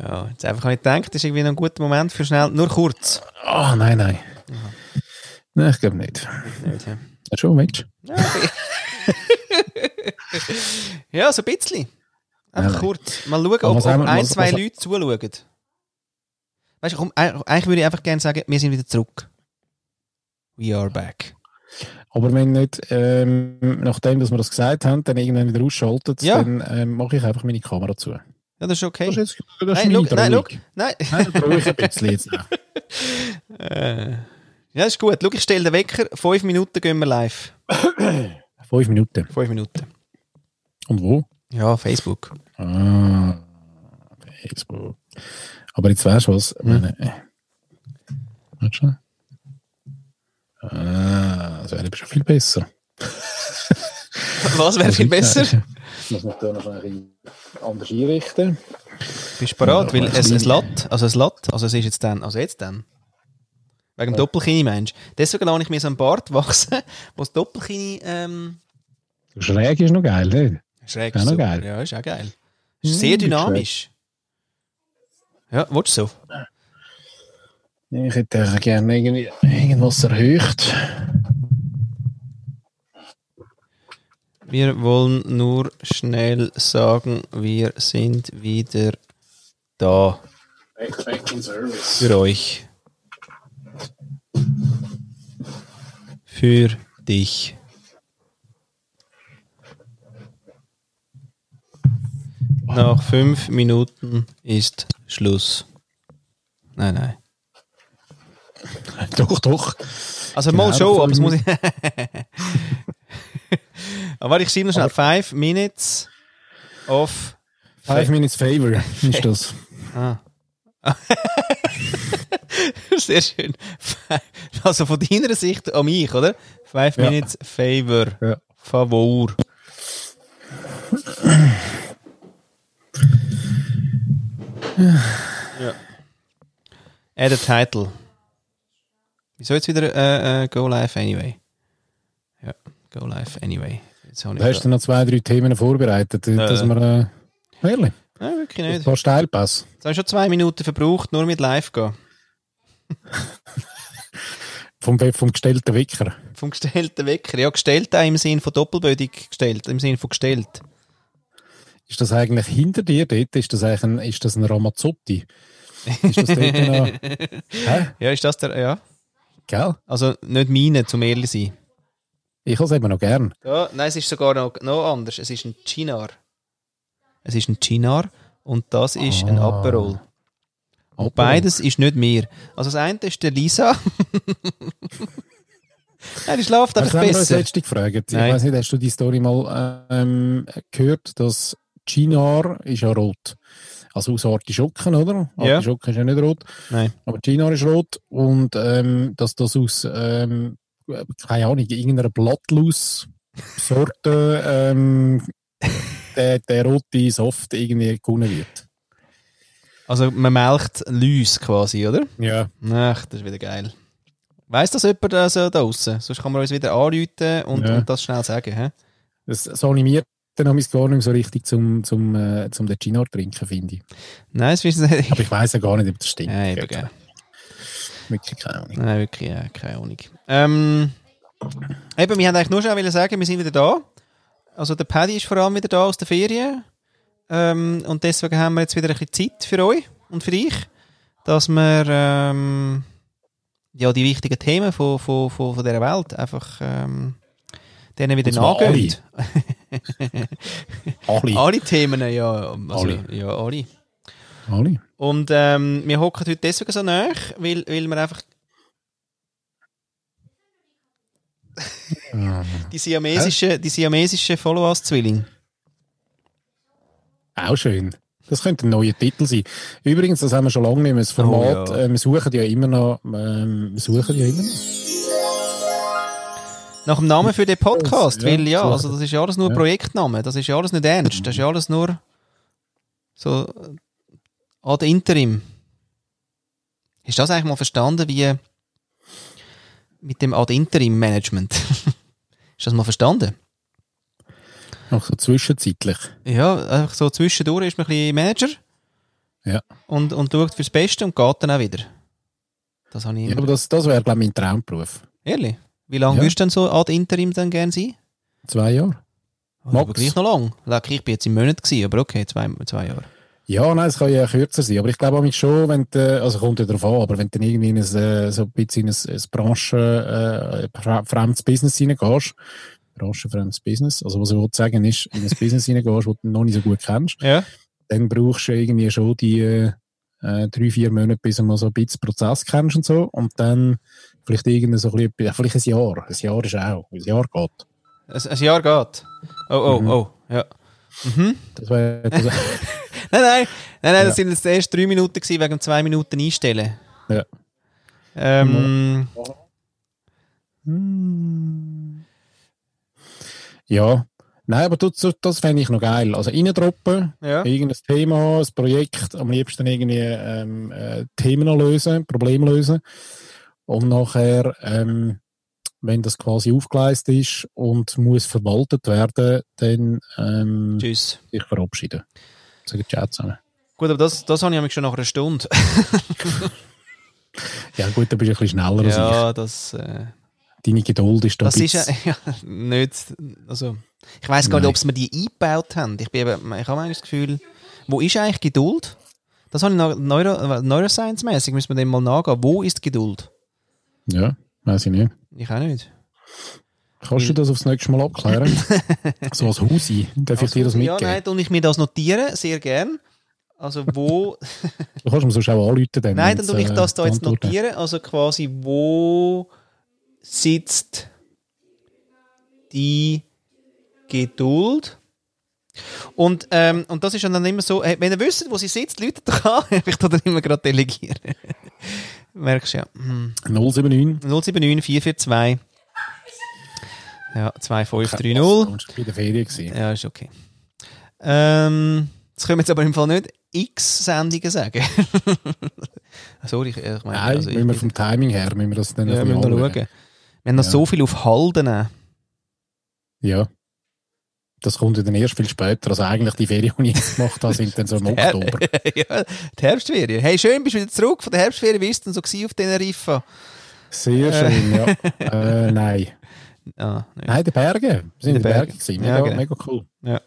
[SPEAKER 1] Ja, jetzt einfach nicht gedacht, das ist irgendwie noch ein guter Moment für schnell, nur kurz.
[SPEAKER 2] Oh, nein, nein. Nein, ich glaube nicht.
[SPEAKER 1] Ja,
[SPEAKER 2] Ja, Schon, Mensch.
[SPEAKER 1] okay. ja so ein bisschen. Einfach
[SPEAKER 2] Nein.
[SPEAKER 1] kurz. Mal schauen,
[SPEAKER 2] Aber
[SPEAKER 1] ob,
[SPEAKER 2] was
[SPEAKER 1] ob
[SPEAKER 2] haben wir-
[SPEAKER 1] ein,
[SPEAKER 2] was-
[SPEAKER 1] zwei
[SPEAKER 2] was-
[SPEAKER 1] Leute zuschauen. Weißt du, komm, eig- eigentlich würde ich einfach gerne sagen, wir sind wieder zurück. We are back.
[SPEAKER 2] Aber wenn nicht, ähm, nachdem dass wir das gesagt haben, dann irgendwann wieder ausschaltet,
[SPEAKER 1] Ja.
[SPEAKER 2] dann ähm, mache ich einfach meine Kamera zu.
[SPEAKER 1] Ja, das ist okay.
[SPEAKER 2] Das ist jetzt das ist
[SPEAKER 1] nein,
[SPEAKER 2] meine
[SPEAKER 1] look, nein,
[SPEAKER 2] Drohung.
[SPEAKER 1] look, nein.
[SPEAKER 2] Nein, dann drohe ich ein bisschen jetzt. noch.
[SPEAKER 1] Äh, Ja, ist gut. Schau, ich stelle den Wecker. Fünf Minuten gehen wir live.
[SPEAKER 2] Fünf Minuten.
[SPEAKER 1] Fünf Minuten.
[SPEAKER 2] Und wo?
[SPEAKER 1] Ja, Facebook.
[SPEAKER 2] Ah, Facebook. Aber jetzt weißt du was? Hm. Warte schon. Ah, das wäre schon viel besser.
[SPEAKER 1] Was wäre viel besser?
[SPEAKER 2] Muss man da noch ein bisschen anders einrichten.
[SPEAKER 1] Bist du bereit?
[SPEAKER 2] Ja,
[SPEAKER 1] Weil
[SPEAKER 2] weiß
[SPEAKER 1] es,
[SPEAKER 2] ich
[SPEAKER 1] es
[SPEAKER 2] nicht.
[SPEAKER 1] lädt, also es lädt, also es ist jetzt dann, also jetzt dann. Wegen dem Doppelkini meinst du? Deswegen lasse ich mir so einen Bart wachsen, wo das Doppelkini ähm,
[SPEAKER 2] Schräg ist noch geil, nicht?
[SPEAKER 1] schräg
[SPEAKER 2] Ist auch noch
[SPEAKER 1] super.
[SPEAKER 2] geil.
[SPEAKER 1] Ja, ist auch geil. Ist sehr
[SPEAKER 2] Mm,
[SPEAKER 1] dynamisch. Ja, willst du so?
[SPEAKER 2] Ich hätte auch gerne irgendwie irgendwas erhöht.
[SPEAKER 1] Wir wollen nur schnell sagen, wir sind wieder Da,
[SPEAKER 2] Back, back in service.
[SPEAKER 1] für euch. Für dich. Nach fünf Minuten ist Schluss. Nein, nein.
[SPEAKER 2] Doch, doch.
[SPEAKER 1] Also
[SPEAKER 2] Genau,
[SPEAKER 1] mal
[SPEAKER 2] das
[SPEAKER 1] schon, aber
[SPEAKER 2] habe ich
[SPEAKER 1] es muss ich. aber warte, ich schreibe noch schnell. Five minutes of.
[SPEAKER 2] Five minutes favor ist das.
[SPEAKER 1] Sehr schön. Also von deiner Sicht an mich, oder? Five
[SPEAKER 2] Ja.
[SPEAKER 1] minutes favor.
[SPEAKER 2] Ja.
[SPEAKER 1] Favor. ja. Add a title. Wieso jetzt wieder äh, äh, Go Live Anyway? Ja, Go Live Anyway. Jetzt habe ich
[SPEAKER 2] Du hast
[SPEAKER 1] da-
[SPEAKER 2] dann noch zwei, drei Themen vorbereitet, dass
[SPEAKER 1] Äh.
[SPEAKER 2] wir. Äh, ehrlich,
[SPEAKER 1] Nein, wirklich
[SPEAKER 2] ein
[SPEAKER 1] nicht.
[SPEAKER 2] paar Steilpass.
[SPEAKER 1] Jetzt habe ich schon zwei Minuten verbraucht, nur mit Live gehen.
[SPEAKER 2] Vom, vom gestellten Wicker.
[SPEAKER 1] Vom gestellten Wecker. Ja, gestellt auch im Sinn von doppelbödig gestellt, im Sinn von gestellt.
[SPEAKER 2] Ist das eigentlich hinter dir dort? Ist das eigentlich ein, ist das ein Ramazzotti? Ist das dort noch. Hä?
[SPEAKER 1] Ja, ist das der, ja.
[SPEAKER 2] Gell?
[SPEAKER 1] Also nicht meine, zum ehrlich sein.
[SPEAKER 2] Ich habe es eben noch gern.
[SPEAKER 1] Ja, nein, es ist sogar noch, noch anders. Es ist ein Chinar. Es ist ein Chinar und das ist ein
[SPEAKER 2] Ah.
[SPEAKER 1] Aperol.
[SPEAKER 2] Aber
[SPEAKER 1] Beides ist nicht mir. Also das eine ist der Lisa. nein, die schläft
[SPEAKER 2] Das
[SPEAKER 1] einfach
[SPEAKER 2] Also haben wir uns
[SPEAKER 1] besser.
[SPEAKER 2] letzte gefragt.
[SPEAKER 1] Nein.
[SPEAKER 2] Ich weiß nicht, hast du die Story mal ähm, gehört, dass Chinar ist ja rot. Also aus Artischocken, oder?
[SPEAKER 1] Ja.
[SPEAKER 2] Artischocken ist ja nicht rot.
[SPEAKER 1] Nein.
[SPEAKER 2] Aber Chinar ist rot und ähm, dass das aus, ähm, keine Ahnung, irgendeiner Blattlaus-Sorte ähm, der, der rote Saft irgendwie gewonnen wird.
[SPEAKER 1] Also man melkt Lüs quasi, oder?
[SPEAKER 2] Ja.
[SPEAKER 1] Ach, das ist wieder geil. Weiss das jemand also da draußen? Sonst kann man uns wieder anrufen und,
[SPEAKER 2] Ja.
[SPEAKER 1] und das schnell sagen. He?
[SPEAKER 2] Das, so animiert dann habe ich es gar nicht mehr so richtig zum, zum, äh, zum den Chinar trinken, finde ich.
[SPEAKER 1] Nein, es ist nicht.
[SPEAKER 2] Aber ich weiß ja gar nicht, ob das stimmt.
[SPEAKER 1] Nein, eben, gell.
[SPEAKER 2] Wirklich keine Ahnung.
[SPEAKER 1] Nein, wirklich, ja, keine Ahnung. Ähm, eben, wir haben eigentlich nur schon wollen sagen, wir sind wieder da. Also der Paddy ist vor allem wieder da aus der Ferien. Ähm, und deswegen haben wir jetzt wieder ein bisschen Zeit für euch und für dich, dass wir ähm, ja, die wichtigen Themen von, von, von, von dieser Welt einfach ähm, denen wieder
[SPEAKER 2] Und zwar
[SPEAKER 1] nachgehen.
[SPEAKER 2] Alle.
[SPEAKER 1] Alle Themen, ja. Also,
[SPEAKER 2] Alle.
[SPEAKER 1] Ja, alle.
[SPEAKER 2] Alle.
[SPEAKER 1] Und ähm, wir hocken heute deswegen so nah, weil, weil wir einfach
[SPEAKER 2] Ähm,
[SPEAKER 1] die siamesischen, die siamesischen Followers-Zwillinge.
[SPEAKER 2] auch schön. Das könnte ein neuer Titel sein. Übrigens, das haben wir schon lange nicht mehr. Das Format,
[SPEAKER 1] Oh,
[SPEAKER 2] oh,
[SPEAKER 1] ja.
[SPEAKER 2] wir suchen ja immer noch. Ähm, wir suchen ja immer noch.
[SPEAKER 1] Nach dem Namen für den Podcast,
[SPEAKER 2] Ja,
[SPEAKER 1] weil ja,
[SPEAKER 2] sicher.
[SPEAKER 1] also das ist ja alles nur
[SPEAKER 2] Ja.
[SPEAKER 1] Projektname, das ist ja alles nicht ernst, das ist ja alles nur so äh, ad interim. Hast du das eigentlich mal verstanden, wie mit dem ad interim Management? Hast du das mal verstanden?
[SPEAKER 2] Noch so zwischenzeitlich.
[SPEAKER 1] Ja, einfach so zwischendurch ist man ein bisschen Manager
[SPEAKER 2] Ja.
[SPEAKER 1] und, und schaut fürs Beste und geht dann auch wieder. Das habe ich
[SPEAKER 2] Ja,
[SPEAKER 1] immer.
[SPEAKER 2] aber das, das wäre, glaube ich, mein Traumberuf.
[SPEAKER 1] Ehrlich? Wie lange
[SPEAKER 2] Ja.
[SPEAKER 1] würdest du denn so ad interim dann gerne sein?
[SPEAKER 2] Zwei Jahre.
[SPEAKER 1] Max. Aber
[SPEAKER 2] Max.
[SPEAKER 1] gleich noch lang. Leck, ich bin jetzt im Monat gewesen, aber okay, zwei, zwei Jahre.
[SPEAKER 2] Ja, nein, es kann ja kürzer sein. Aber ich glaube mich schon, wenn du, also kommt ja darauf an, aber wenn du dann irgendwie in ein, äh, so ein bisschen in ein, ein Branche, äh, fra- fremdes Business reingehst, branchenfremdes Business, also was ich wollte sagen ist, in ein Business reingehst, das du noch nicht so gut kennst,
[SPEAKER 1] Ja.
[SPEAKER 2] dann brauchst du irgendwie schon die äh, äh, drei, vier Monate, bis du mal so ein bisschen Prozess kennst und so. Und dann vielleicht irgendein so ein bisschen, ja, vielleicht ein Jahr. Ein Jahr ist auch. Ein Jahr geht.
[SPEAKER 1] Ein, ein Jahr geht. Oh, oh,
[SPEAKER 2] Mhm.
[SPEAKER 1] oh. Ja. Mhm.
[SPEAKER 2] Das wär, das wär,
[SPEAKER 1] Nein, nein, nein, nein das
[SPEAKER 2] Ja.
[SPEAKER 1] sind jetzt erst drei Minuten gewesen, wegen dem zwei Minuten einstellen.
[SPEAKER 2] Ja.
[SPEAKER 1] Ähm,
[SPEAKER 2] Hm. ja. Nein, aber das, das fände ich noch geil. Also reindroppen,
[SPEAKER 1] ja.
[SPEAKER 2] irgendein Thema, ein Projekt, am liebsten irgendwie ähm, äh, Themen lösen, Probleme lösen. Und nachher, ähm, wenn das quasi aufgeleistet ist und muss verwaltet werden, dann ähm,
[SPEAKER 1] Tschüss.
[SPEAKER 2] sich verabschieden. Sagen Ciao zusammen.
[SPEAKER 1] Gut, aber das, das habe ich nämlich schon nach einer Stunde.
[SPEAKER 2] Ja gut, dann bist du ein bisschen schneller als ich.
[SPEAKER 1] ja, das, äh,
[SPEAKER 2] Deine Geduld ist da
[SPEAKER 1] das
[SPEAKER 2] ein
[SPEAKER 1] ist ja,
[SPEAKER 2] bisschen...
[SPEAKER 1] ja nicht. Also, ich weiß gar nicht,
[SPEAKER 2] Nein.
[SPEAKER 1] ob sie mir die eingebaut haben. Ich, bin eben- ich habe eigentlich das Gefühl, wo ist eigentlich Geduld? Das habe ich noch Neuro, Neuroscience-mäßig, müssen wir dem mal nachgehen. Wo ist Geduld?
[SPEAKER 2] Ja, weiß ich nicht.
[SPEAKER 1] Ich auch nicht.
[SPEAKER 2] Kannst du das aufs nächste Mal abklären? so als Husi, darf ich dir das
[SPEAKER 1] ja,
[SPEAKER 2] mitgeben?
[SPEAKER 1] nein, und ich mir das notieren, sehr gern. Also wo,
[SPEAKER 2] du kannst mir sonst auch anrufen. Dann,
[SPEAKER 1] nein, dann
[SPEAKER 2] wenn's,
[SPEAKER 1] tue ich
[SPEAKER 2] äh,
[SPEAKER 1] das da jetzt
[SPEAKER 2] Antworten-
[SPEAKER 1] notieren. Also quasi, wo sitzt die Geduld? Und, ähm, und das ist ja dann immer so, hey, wenn ihr wisst, wo sie sitzt, Leute doch an, ich tu dann immer gerade delegieren. Merkst du ja. Hm.
[SPEAKER 2] 079.
[SPEAKER 1] 079 442 ja, 2530.
[SPEAKER 2] Das war bei der Ferien. gewesen.
[SPEAKER 1] Ja, ist okay. Ähm, das können wir jetzt aber im Fall nicht X-Sendungen sagen. Sorry, ich, ich meine,
[SPEAKER 2] Nein,
[SPEAKER 1] also ich
[SPEAKER 2] müssen wir
[SPEAKER 1] bin-
[SPEAKER 2] vom Timing her, müssen wir das dann
[SPEAKER 1] ja,
[SPEAKER 2] ein
[SPEAKER 1] müssen
[SPEAKER 2] bisschen
[SPEAKER 1] wir noch
[SPEAKER 2] anschauen.
[SPEAKER 1] schauen. Wir haben noch
[SPEAKER 2] Ja.
[SPEAKER 1] so viel auf Halden. nehmen.
[SPEAKER 2] Ja. Das kommt ja dann erst viel später. Also eigentlich die Ferien, die ich jetzt gemacht habe, sind dann so im
[SPEAKER 1] Her-
[SPEAKER 2] Oktober.
[SPEAKER 1] ja, die Herbstferien. Hey, schön, bist du wieder zurück von der Herbstferien. Wie ist denn so gewesen auf Teneriffa?
[SPEAKER 2] Sehr schön, ja. äh, nein.
[SPEAKER 1] Ah, nein.
[SPEAKER 2] Nein, die Berge. Wir sind
[SPEAKER 1] In den
[SPEAKER 2] in den
[SPEAKER 1] Bergen.
[SPEAKER 2] Bergen. gewesen. Mega,
[SPEAKER 1] Ja, genau.
[SPEAKER 2] mega cool.
[SPEAKER 1] Ja.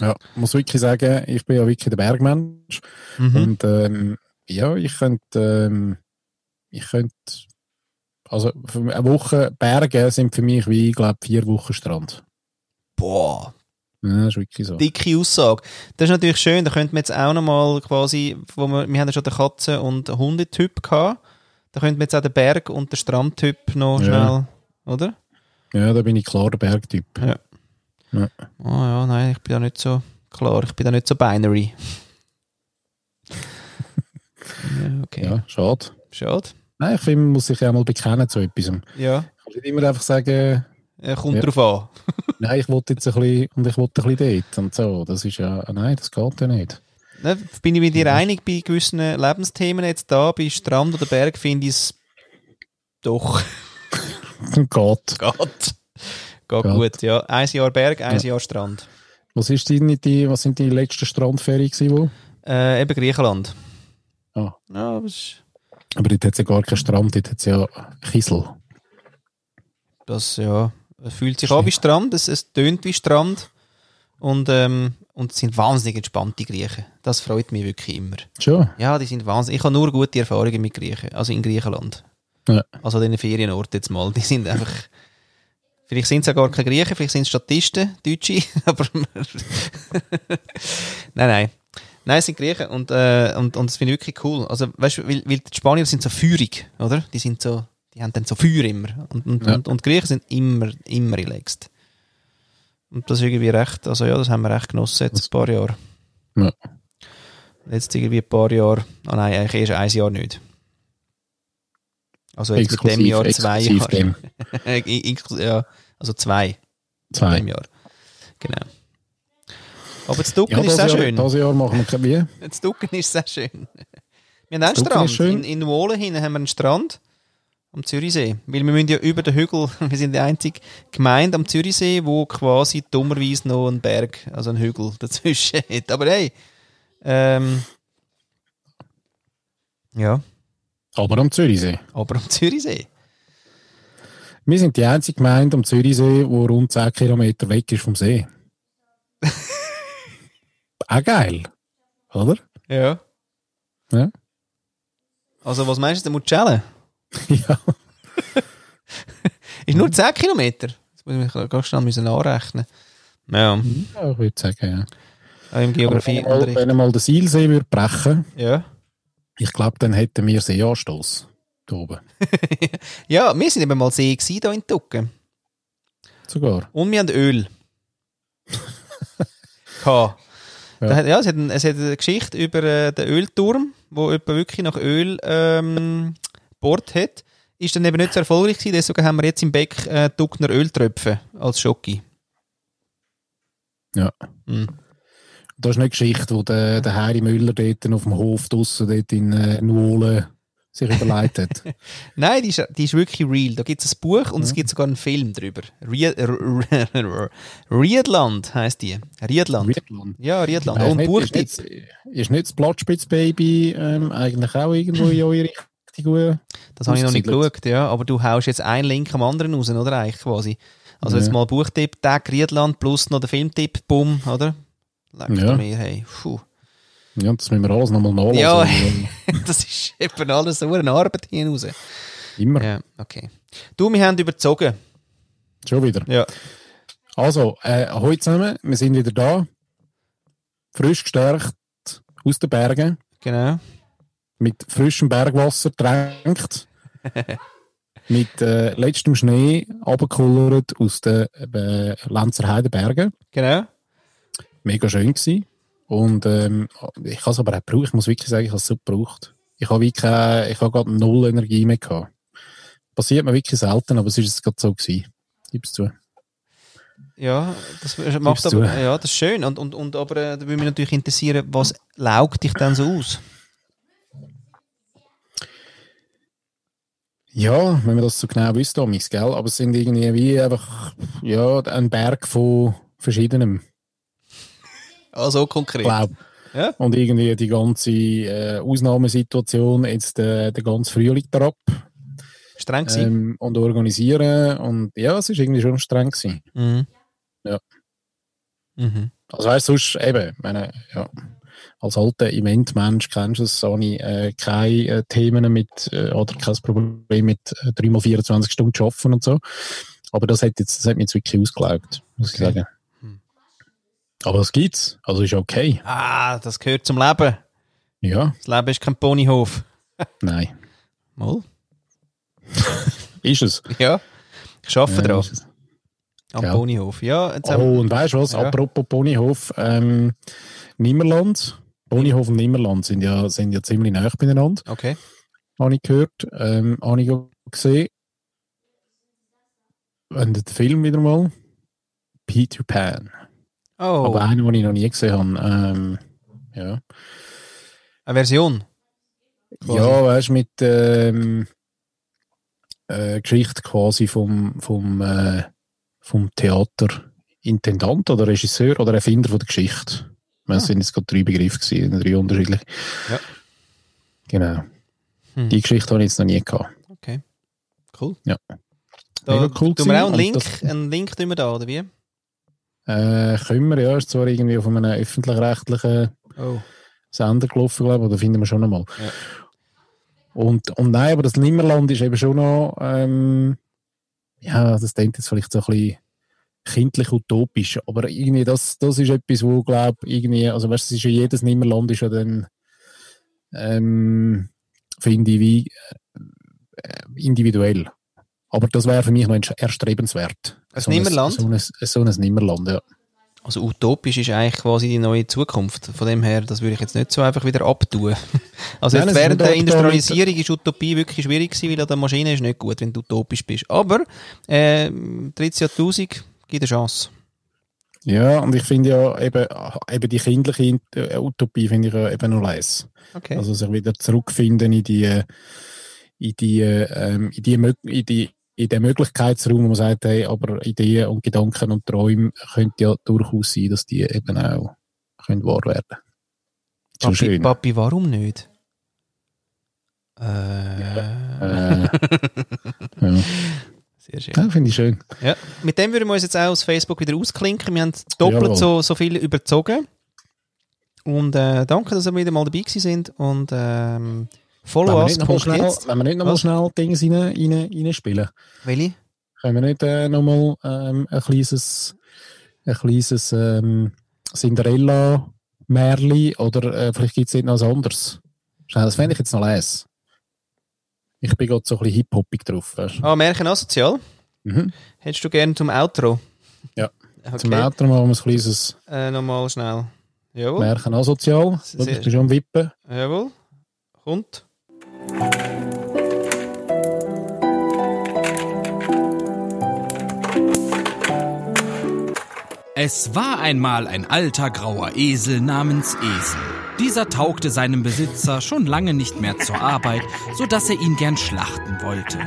[SPEAKER 2] Ja, ich muss wirklich sagen, ich bin ja wirklich der Bergmensch.
[SPEAKER 1] Mhm.
[SPEAKER 2] Und ähm, ja, ich könnte, ähm, ich könnte, also für eine Woche Berge sind für mich wie, ich glaube, vier Wochen Strand.
[SPEAKER 1] Boah,
[SPEAKER 2] Ja, das ist wirklich so.
[SPEAKER 1] dicke Aussage. Das ist natürlich schön, da könnten wir jetzt auch nochmal quasi, wo wir, wir haben ja schon den Katzen- und Hundetyp gehabt, da könnten wir jetzt auch den Berg- und den Strandtyp noch
[SPEAKER 2] Ja.
[SPEAKER 1] schnell, oder?
[SPEAKER 2] Ja, da bin ich klar der Bergtyp.
[SPEAKER 1] Ja. Oh ja, nein, ich bin da nicht so klar, ich bin da nicht so binary. ja, okay.
[SPEAKER 2] Ja, schade.
[SPEAKER 1] Schade.
[SPEAKER 2] Nein, ich finde, man muss sich ja mal bekennen zu etwas. Man
[SPEAKER 1] Ja.
[SPEAKER 2] kann nicht immer einfach sagen,
[SPEAKER 1] Äh, kommt
[SPEAKER 2] Ja.
[SPEAKER 1] drauf an.
[SPEAKER 2] nein, ich wollte jetzt ein bisschen und ich wollte ein bisschen dort und so. Das ist ja, ah, nein, das geht ja nicht.
[SPEAKER 1] Ne, bin ich mit dir einig bei gewissen Lebensthemen jetzt da, bei Strand oder Berg finde ich es doch
[SPEAKER 2] geht.
[SPEAKER 1] geht. Geht
[SPEAKER 2] Geht.
[SPEAKER 1] gut, ja. Ein Jahr Berg, ein Jahr Strand.
[SPEAKER 2] Was, ist deine, die, was sind die letzten Strandferien gewesen? Wo?
[SPEAKER 1] Äh, eben Griechenland.
[SPEAKER 2] Ah.
[SPEAKER 1] Ja, aber das,
[SPEAKER 2] Aber dort hat es ja gar keinen Strand, dort hat es ja Kiesel.
[SPEAKER 1] das ja, es fühlt sich an wie Strand, es, es tönt wie Strand. Und, ähm, und es sind wahnsinnig entspannte Griechen. Das freut mich wirklich immer.
[SPEAKER 2] Schon?
[SPEAKER 1] Ja, die sind wahnsinnig. Ich habe nur gute Erfahrungen mit Griechen, also in Griechenland.
[SPEAKER 2] Ja.
[SPEAKER 1] Also an diesen Ferienorten jetzt mal. Die sind einfach. Vielleicht sind es ja gar keine Griechen, vielleicht sind es Statisten, Deutsche, aber. nein, nein. Nein, es sind Griechen und, äh, und, und das finde ich wirklich cool. Also, weißt du, weil, weil die Spanier sind so feurig, oder? Die sind so. Die haben dann so Feuer immer. Und, und,
[SPEAKER 2] Ja.
[SPEAKER 1] und, und die Griechen sind immer, immer relaxed. Und das ist irgendwie recht. Also, ja, das haben wir recht genossen jetzt ein paar Jahre.
[SPEAKER 2] Ja.
[SPEAKER 1] Jetzt irgendwie ein paar Jahre. Ah nein, eigentlich erst ein Jahr nicht. Also jetzt mit dem Jahr zwei
[SPEAKER 2] exklusiv
[SPEAKER 1] Jahre.
[SPEAKER 2] dem.
[SPEAKER 1] Äh, In- inkl- ja, also zwei in
[SPEAKER 2] Zwei.
[SPEAKER 1] dem Jahr. Genau. Aber das Ducken
[SPEAKER 2] Ja,
[SPEAKER 1] ist
[SPEAKER 2] das,
[SPEAKER 1] sehr
[SPEAKER 2] Jahr,
[SPEAKER 1] schön.
[SPEAKER 2] das Jahr machen wir keine Bier.
[SPEAKER 1] Das Ducken ist sehr schön. Wir haben auch einen
[SPEAKER 2] Das Ducken ist
[SPEAKER 1] Strand.
[SPEAKER 2] schön.
[SPEAKER 1] In, in Wohlen hinten haben wir einen Strand am Zürichsee. Weil wir müssen ja über den Hügel, wir sind die einzige Gemeinde am Zürichsee, wo quasi dummerweise noch einen Berg, also einen Hügel dazwischen hat. Aber hey, ähm, ja,
[SPEAKER 2] Aber am Zürichsee.
[SPEAKER 1] aber am Zürichsee.
[SPEAKER 2] Wir sind die einzige Gemeinde am Zürichsee, die rund 10 Kilometer weg ist vom See. Auch geil. Oder?
[SPEAKER 1] Ja.
[SPEAKER 2] Ja.
[SPEAKER 1] Also was meinst du, der Mucella?
[SPEAKER 2] ja.
[SPEAKER 1] Ist nur 10 Kilometer. Das muss ich mir ganz schnell müssen anrechnen. Ja,
[SPEAKER 2] ja, ich würde sagen, ja.
[SPEAKER 1] auch im
[SPEAKER 2] Aber wenn mal,
[SPEAKER 1] Geografieunterricht.
[SPEAKER 2] wenn mal der Seilsee würde brechen,
[SPEAKER 1] Ja.
[SPEAKER 2] ich glaube, dann hätten wir Seeanstoß. Da oben.
[SPEAKER 1] ja, wir sind eben mal See gewesen, hier in Tucken.
[SPEAKER 2] Sogar.
[SPEAKER 1] Und wir haben Öl. K.
[SPEAKER 2] Ja.
[SPEAKER 1] Da hat, ja, es, hat ein, es hat eine Geschichte über äh, den Ölturm, wo jemand wirklich nach Öl ähm, gebohrt hat. Ist dann eben nicht so erfolgreich gewesen, deswegen haben wir jetzt im Beck äh, Duckner Öltröpfe als Schoki.
[SPEAKER 2] Ja.
[SPEAKER 1] Mhm.
[SPEAKER 2] Das ist eine Geschichte, wo der, der Heiri Müller dort auf dem Hof draussen dort in äh, Nuolen sich überlegt hat.
[SPEAKER 1] Nein, die ist, die ist wirklich real. Da gibt es ein Buch
[SPEAKER 2] Mhm.
[SPEAKER 1] und es gibt sogar einen Film drüber. Rie- R- R- Riedland heisst die. Riedland.
[SPEAKER 2] Wirtland.
[SPEAKER 1] ja, Riedland.
[SPEAKER 2] Ist
[SPEAKER 1] Und ein
[SPEAKER 2] nicht-
[SPEAKER 1] Buch
[SPEAKER 2] ist
[SPEAKER 1] gibt's.
[SPEAKER 2] nicht, ist nicht das Blattspitzbaby ähm, eigentlich auch irgendwo in eure Richtung?
[SPEAKER 1] Das habe ich noch nicht
[SPEAKER 2] Ausgesiedelt.
[SPEAKER 1] geschaut, ja. Aber du haust jetzt einen Link am anderen raus, oder eigentlich quasi? Also jetzt
[SPEAKER 2] Ja.
[SPEAKER 1] mal Buchtipp, Tag Riedland plus noch der Filmtipp, bumm, oder? Leck
[SPEAKER 2] Ja.
[SPEAKER 1] mir, hey. Puh.
[SPEAKER 2] Ja, das müssen wir alles nochmal nachlesen.
[SPEAKER 1] Ja. das ist eben alles so eine Arbeit hier raus.
[SPEAKER 2] Immer.
[SPEAKER 1] Ja, okay. Du, wir haben überzogen.
[SPEAKER 2] Schon wieder.
[SPEAKER 1] Ja.
[SPEAKER 2] Also, äh, hallo zusammen, wir sind wieder da. Frisch gestärkt aus den Bergen,
[SPEAKER 1] Genau.
[SPEAKER 2] mit frischem Bergwasser getränkt, mit äh, letztem Schnee abgekullert aus den äh, Lenzer Heidebergen.
[SPEAKER 1] Genau.
[SPEAKER 2] Mega schön gewesen. Und ähm, ich habe es aber auch gebraucht, ich muss wirklich sagen, ich habe es super gebraucht. Ich habe wirklich, äh, ich habe gerade null Energie mehr gehabt. Passiert mir wirklich selten, aber es ist jetzt gerade so gewesen. Gib's zu.
[SPEAKER 1] Ja, das macht
[SPEAKER 2] Gibst
[SPEAKER 1] aber,
[SPEAKER 2] du.
[SPEAKER 1] ja, das ist schön. Und, und, und, aber äh, da würde mich natürlich interessieren, was laugt dich denn so aus?
[SPEAKER 2] Ja, wenn man das so genau wüsste, Amix, gell? Aber es sind irgendwie wie einfach, ja, ein Berg von verschiedenem,
[SPEAKER 1] Ah, so konkret.
[SPEAKER 2] glaube
[SPEAKER 1] Ja.
[SPEAKER 2] Und irgendwie die ganze äh, Ausnahmesituation, jetzt äh, der ganze Frühling drauf
[SPEAKER 1] Streng gewesen.
[SPEAKER 2] ähm, und organisieren. Und ja, es ist irgendwie schon streng gewesen.
[SPEAKER 1] Mhm.
[SPEAKER 2] Ehm, ja.
[SPEAKER 1] Mhm.
[SPEAKER 2] Also weißt du, sonst eben, ich meine, ja, als alter Eventmensch kennst du es, Sani, äh, keine äh, Themen mit, äh, oder kein Problem mit äh, 3x24 Stunden arbeiten und so. Aber das hat, jetzt, das hat mich jetzt wirklich ausgelaugt, muss ich
[SPEAKER 1] Okay.
[SPEAKER 2] sagen.
[SPEAKER 1] Hm.
[SPEAKER 2] Aber das gibt's, also ist okay.
[SPEAKER 1] Ah, das gehört zum Leben.
[SPEAKER 2] Ja,
[SPEAKER 1] Das Leben ist kein Ponyhof.
[SPEAKER 2] nein,
[SPEAKER 1] Mal.
[SPEAKER 2] ist es.
[SPEAKER 1] Ja. Ich arbeite
[SPEAKER 2] Nein,
[SPEAKER 1] dran.
[SPEAKER 2] ist es.
[SPEAKER 1] Am
[SPEAKER 2] Ja.
[SPEAKER 1] Ponyhof. Ja, jetzt haben
[SPEAKER 2] Oh, und weißt du was,
[SPEAKER 1] Ja.
[SPEAKER 2] apropos Ponyhof, ähm, Nimmerland, Ponyhof und Nimmerland sind ja, sind ja ziemlich nah beieinander.
[SPEAKER 1] Okay.
[SPEAKER 2] habe ich gehört, ähm, habe ich auch gesehen. Und den Film wieder mal. Peter Pan.
[SPEAKER 1] Oh,
[SPEAKER 2] Aber einen, den ich noch nie gesehen habe. Ähm, ja.
[SPEAKER 1] eine Version. Quasi.
[SPEAKER 2] ja, weißt du, mit ähm, äh, Geschichte quasi vom, vom, äh, vom Theaterintendant oder Regisseur oder Erfinder von der Geschichte. Das
[SPEAKER 1] Ah.
[SPEAKER 2] sind jetzt gerade drei Begriffe gewesen, drei unterschiedliche.
[SPEAKER 1] Ja.
[SPEAKER 2] Genau.
[SPEAKER 1] Hm.
[SPEAKER 2] Die Geschichte habe ich jetzt noch nie gehabt.
[SPEAKER 1] Cool.
[SPEAKER 2] Ja.
[SPEAKER 1] Da
[SPEAKER 2] Mega cool
[SPEAKER 1] tun wir auch einen
[SPEAKER 2] gewesen. Und
[SPEAKER 1] Link, einen Link tun wir da, oder wie?
[SPEAKER 2] Äh, können wir, ja, ist zwar irgendwie auf einem öffentlich-rechtlichen
[SPEAKER 1] Oh.
[SPEAKER 2] Sender gelaufen, glaube ich, aber da finden wir schon einmal.
[SPEAKER 1] Ja.
[SPEAKER 2] Und, und nein, aber das Nimmerland ist eben schon noch, ähm, ja, das klingt jetzt vielleicht so ein bisschen kindlich utopisch, aber irgendwie das, das ist etwas, wo, glaube ich, irgendwie, also weißt du, es ist ja jedes Nimmerland ist ja dann, ähm, finde ich, wie äh, individuell. Aber das wäre für mich noch erst- erstrebenswert.
[SPEAKER 1] Ein
[SPEAKER 2] ein-
[SPEAKER 1] Nimmerland?
[SPEAKER 2] So ein, so ein Nimmerland, ja.
[SPEAKER 1] Also utopisch ist eigentlich quasi die neue Zukunft. Von dem her, das würde ich jetzt nicht so einfach wieder abtun. Also
[SPEAKER 2] Nein,
[SPEAKER 1] jetzt
[SPEAKER 2] das ist
[SPEAKER 1] während der
[SPEAKER 2] nicht abtun.
[SPEAKER 1] Industrialisierung ist Utopie wirklich schwierig gewesen, weil an der Maschine ist nicht gut, wenn du utopisch bist. Aber äh, 13.000 gibt eine Chance.
[SPEAKER 2] Ja, und ich finde ja eben, eben die kindliche Int- äh, Utopie finde ich ja eben noch leis.
[SPEAKER 1] Okay.
[SPEAKER 2] Also sich wieder zurückfinden in die, in die, ähm, in die, Mö- in die in den Möglichkeitsraum, wo man sagt, hey, aber Ideen und Gedanken und Träume könnte ja durchaus sein, dass die eben auch können wahr werden. So
[SPEAKER 1] Papi,
[SPEAKER 2] schön.
[SPEAKER 1] Papi, warum nicht? Äh,
[SPEAKER 2] Äh, ja,
[SPEAKER 1] Sehr schön.
[SPEAKER 2] ja finde ich schön.
[SPEAKER 1] Ja. Mit dem würden wir uns jetzt auch aus Facebook wieder ausklinken. Wir haben doppelt
[SPEAKER 2] Jawohl.
[SPEAKER 1] so, so viel überzogen. Und äh, danke, dass ihr wieder mal dabei gewesen sind. Und ähm,
[SPEAKER 2] Wenn wir
[SPEAKER 1] Follow us.
[SPEAKER 2] nicht nochmal
[SPEAKER 1] Punkt
[SPEAKER 2] schnell,
[SPEAKER 1] jetzt.
[SPEAKER 2] wenn wir nicht noch mal
[SPEAKER 1] Was?
[SPEAKER 2] schnell Dinge rein, rein, reinspielen.
[SPEAKER 1] Willi?
[SPEAKER 2] Können wir nicht äh, nochmal ähm, ein kleines, ein kleines ähm, Cinderella-Märli oder äh, vielleicht gibt es irgendwas anderes? Schnell, das fände ich jetzt noch leise. Ich bin gerade so ein bisschen hip-hoppig drauf. Weißt? du.
[SPEAKER 1] Ah, Märchen asozial.
[SPEAKER 2] Mhm.
[SPEAKER 1] Hättest du gerne zum Outro?
[SPEAKER 2] Ja.
[SPEAKER 1] Okay.
[SPEAKER 2] Zum Outro machen wir ein kleines
[SPEAKER 1] äh, Nochmal schnell. Jawohl.
[SPEAKER 2] Märchen asozial. Schau,
[SPEAKER 1] Sehr-
[SPEAKER 2] Ich bin schon am Wippen.
[SPEAKER 1] Jawohl. Kommt.
[SPEAKER 3] Es war einmal ein alter grauer Esel namens Esel. Dieser taugte seinem Besitzer schon lange nicht mehr zur Arbeit, so dass er ihn gern schlachten wollte.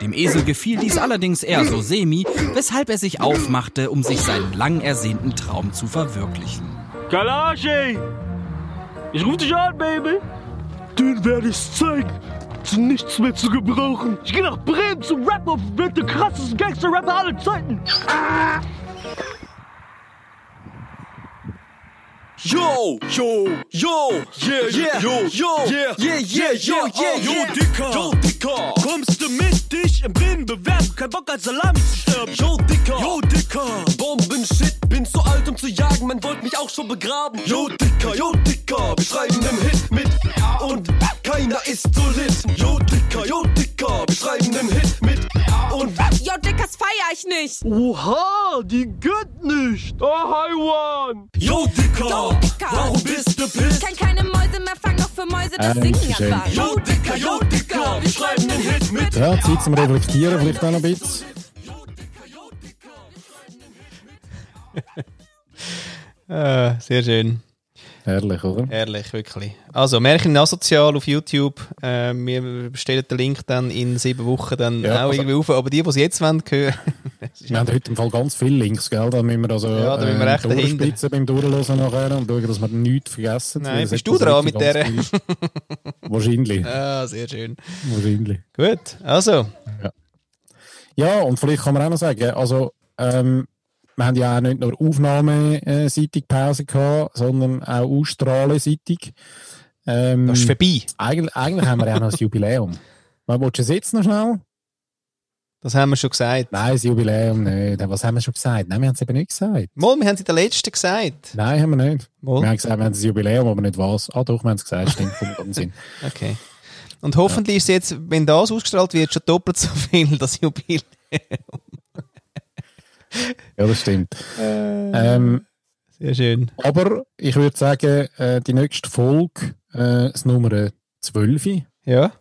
[SPEAKER 3] Dem Esel gefiel dies allerdings eher so semi, weshalb er sich aufmachte, um sich seinen lang ersehnten Traum zu verwirklichen.
[SPEAKER 6] Kalashi! Ich ruf dich an, Baby! Den werde ich zeigen! Zu nichts mehr zu gebrauchen! Ich geh nach Bremen zum Rap auf mit dem krassesten Gangster-Rapper aller Zeiten!
[SPEAKER 7] Yo, yo, yo, yeah, yeah, yo, yo, yeah, yeah, yeah, yo, yeah,
[SPEAKER 6] yo,
[SPEAKER 7] yeah.
[SPEAKER 6] Dicker.
[SPEAKER 7] yo, Dicker.
[SPEAKER 6] Kommst du mit dich im Bin bewerben? Kein Bock als Salami zu sterben.
[SPEAKER 7] Yo, Dicker.
[SPEAKER 6] Yo, Dicker.
[SPEAKER 7] Bombenshit, bin zu alt um zu jagen, man wollte mich auch schon begraben. Yo Dicker, yo Dicker, wir schreiben im Hit mit und keiner ist so lit. Yo Dicker, yo Dicker, wir schreiben im Hit mit und
[SPEAKER 4] Yo, Dickers feier ich nicht.
[SPEAKER 6] Oha, die geht nicht. Oh, Haiwan.
[SPEAKER 7] yo Dicker,
[SPEAKER 4] Yo, Dicker.
[SPEAKER 7] warum bist du pisst?
[SPEAKER 4] Kann keine Mäuse mehr fangen, noch für Mäuse das
[SPEAKER 2] Ähm,
[SPEAKER 4] Singen
[SPEAKER 2] schön.
[SPEAKER 4] erfahren.
[SPEAKER 7] Yo Dicker, yo Dicker, wir schreiben im Hit mit.
[SPEAKER 2] Ja, Zeit zum Reflektieren vielleicht auch noch ein bisschen.
[SPEAKER 1] Äh, sehr schön.
[SPEAKER 2] Herrlich, oder?
[SPEAKER 1] Ehrlich, wirklich. Also, Märchen asozial auf YouTube. Äh, wir stellen den Link dann in sieben Wochen dann
[SPEAKER 2] Ja,
[SPEAKER 1] auch
[SPEAKER 2] also-
[SPEAKER 1] irgendwie auf. Aber die, die es jetzt hören wollen,
[SPEAKER 2] Wir haben heute im Fall ganz viele Links, gell? Da müssen wir also
[SPEAKER 1] Ja, da müssen wir echt dahinter.
[SPEAKER 2] durchspitzen beim Durchlosen nachher und schauen, dass wir nichts vergessen.
[SPEAKER 1] Nein,
[SPEAKER 2] Weil es
[SPEAKER 1] bist
[SPEAKER 2] etwas
[SPEAKER 1] du dran
[SPEAKER 2] wirklich
[SPEAKER 1] mit
[SPEAKER 2] ganz
[SPEAKER 1] der?
[SPEAKER 2] viel ist. Wahrscheinlich,
[SPEAKER 1] ah, sehr schön.
[SPEAKER 2] wahrscheinlich.
[SPEAKER 1] Gut, also,
[SPEAKER 2] Ja, und vielleicht kann man auch noch sagen, also ähm, wir haben ja auch nicht nur aufnahmeseitig Pause gehabt, sondern auch ausstrahlenseitig. Ähm,
[SPEAKER 1] das ist vorbei.
[SPEAKER 2] eigentlich, eigentlich haben wir ja noch ein Jubiläum. Was willst du es jetzt noch schnell?
[SPEAKER 1] Das haben wir schon gesagt.
[SPEAKER 2] Nein, das Jubiläum nicht. Was haben wir schon gesagt? Nein, wir haben es eben nicht gesagt.
[SPEAKER 1] Mal, wir haben es in der letzten gesagt.
[SPEAKER 2] Nein, haben wir nicht. Wir
[SPEAKER 1] Mal.
[SPEAKER 2] haben gesagt, wir haben das Jubiläum, aber nicht was. Ah doch, wir haben es gesagt, stimmt, kommt am Sinn.
[SPEAKER 1] Okay. Und hoffentlich ist jetzt, wenn das ausgestrahlt wird, schon doppelt so viel, das Jubiläum.
[SPEAKER 2] Ja, das stimmt.
[SPEAKER 1] Äh.
[SPEAKER 2] Ähm,
[SPEAKER 1] Sehr schön.
[SPEAKER 2] aber ich würde sagen, äh, die nächste Folge, äh, das Nummer 12,
[SPEAKER 1] Ja.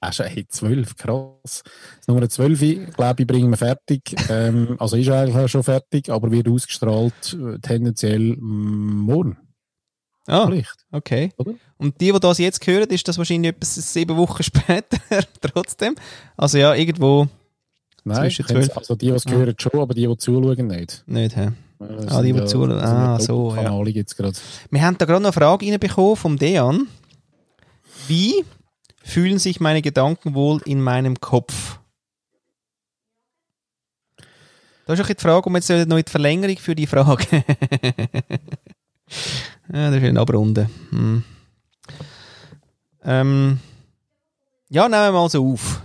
[SPEAKER 2] Ah, schon, hey, 12, krass. Das Nummer 12, glaube ich, bringen wir fertig. ähm, also ist eigentlich auch schon fertig, aber wird ausgestrahlt äh, tendenziell mm, morgen.
[SPEAKER 1] Ah,
[SPEAKER 2] Vielleicht.
[SPEAKER 1] okay.
[SPEAKER 2] Oder?
[SPEAKER 1] Und die, die das jetzt hören, ist das wahrscheinlich etwas sieben Wochen später, trotzdem. Also ja, irgendwo
[SPEAKER 2] Nein,
[SPEAKER 1] Zwischen
[SPEAKER 2] können's-
[SPEAKER 1] 12.
[SPEAKER 2] Also die, die es hören, schon, aber die, die zuschauen, nicht.
[SPEAKER 1] nicht. He?
[SPEAKER 2] Äh,
[SPEAKER 1] Ah, die, die zuhören. Ah, so, ja.
[SPEAKER 2] Kanale gibt's gerade.
[SPEAKER 1] Wir haben da gerade noch eine Frage reinbekommen vom Dejan. Wie fühlen sich meine Gedanken wohl in meinem Kopf? Das ist auch ein bisschen die Frage, und jetzt noch in die Verlängerung für die Frage. ja, das ist eine Abrunden. Hm. Ähm, ja, nehmen wir mal so auf.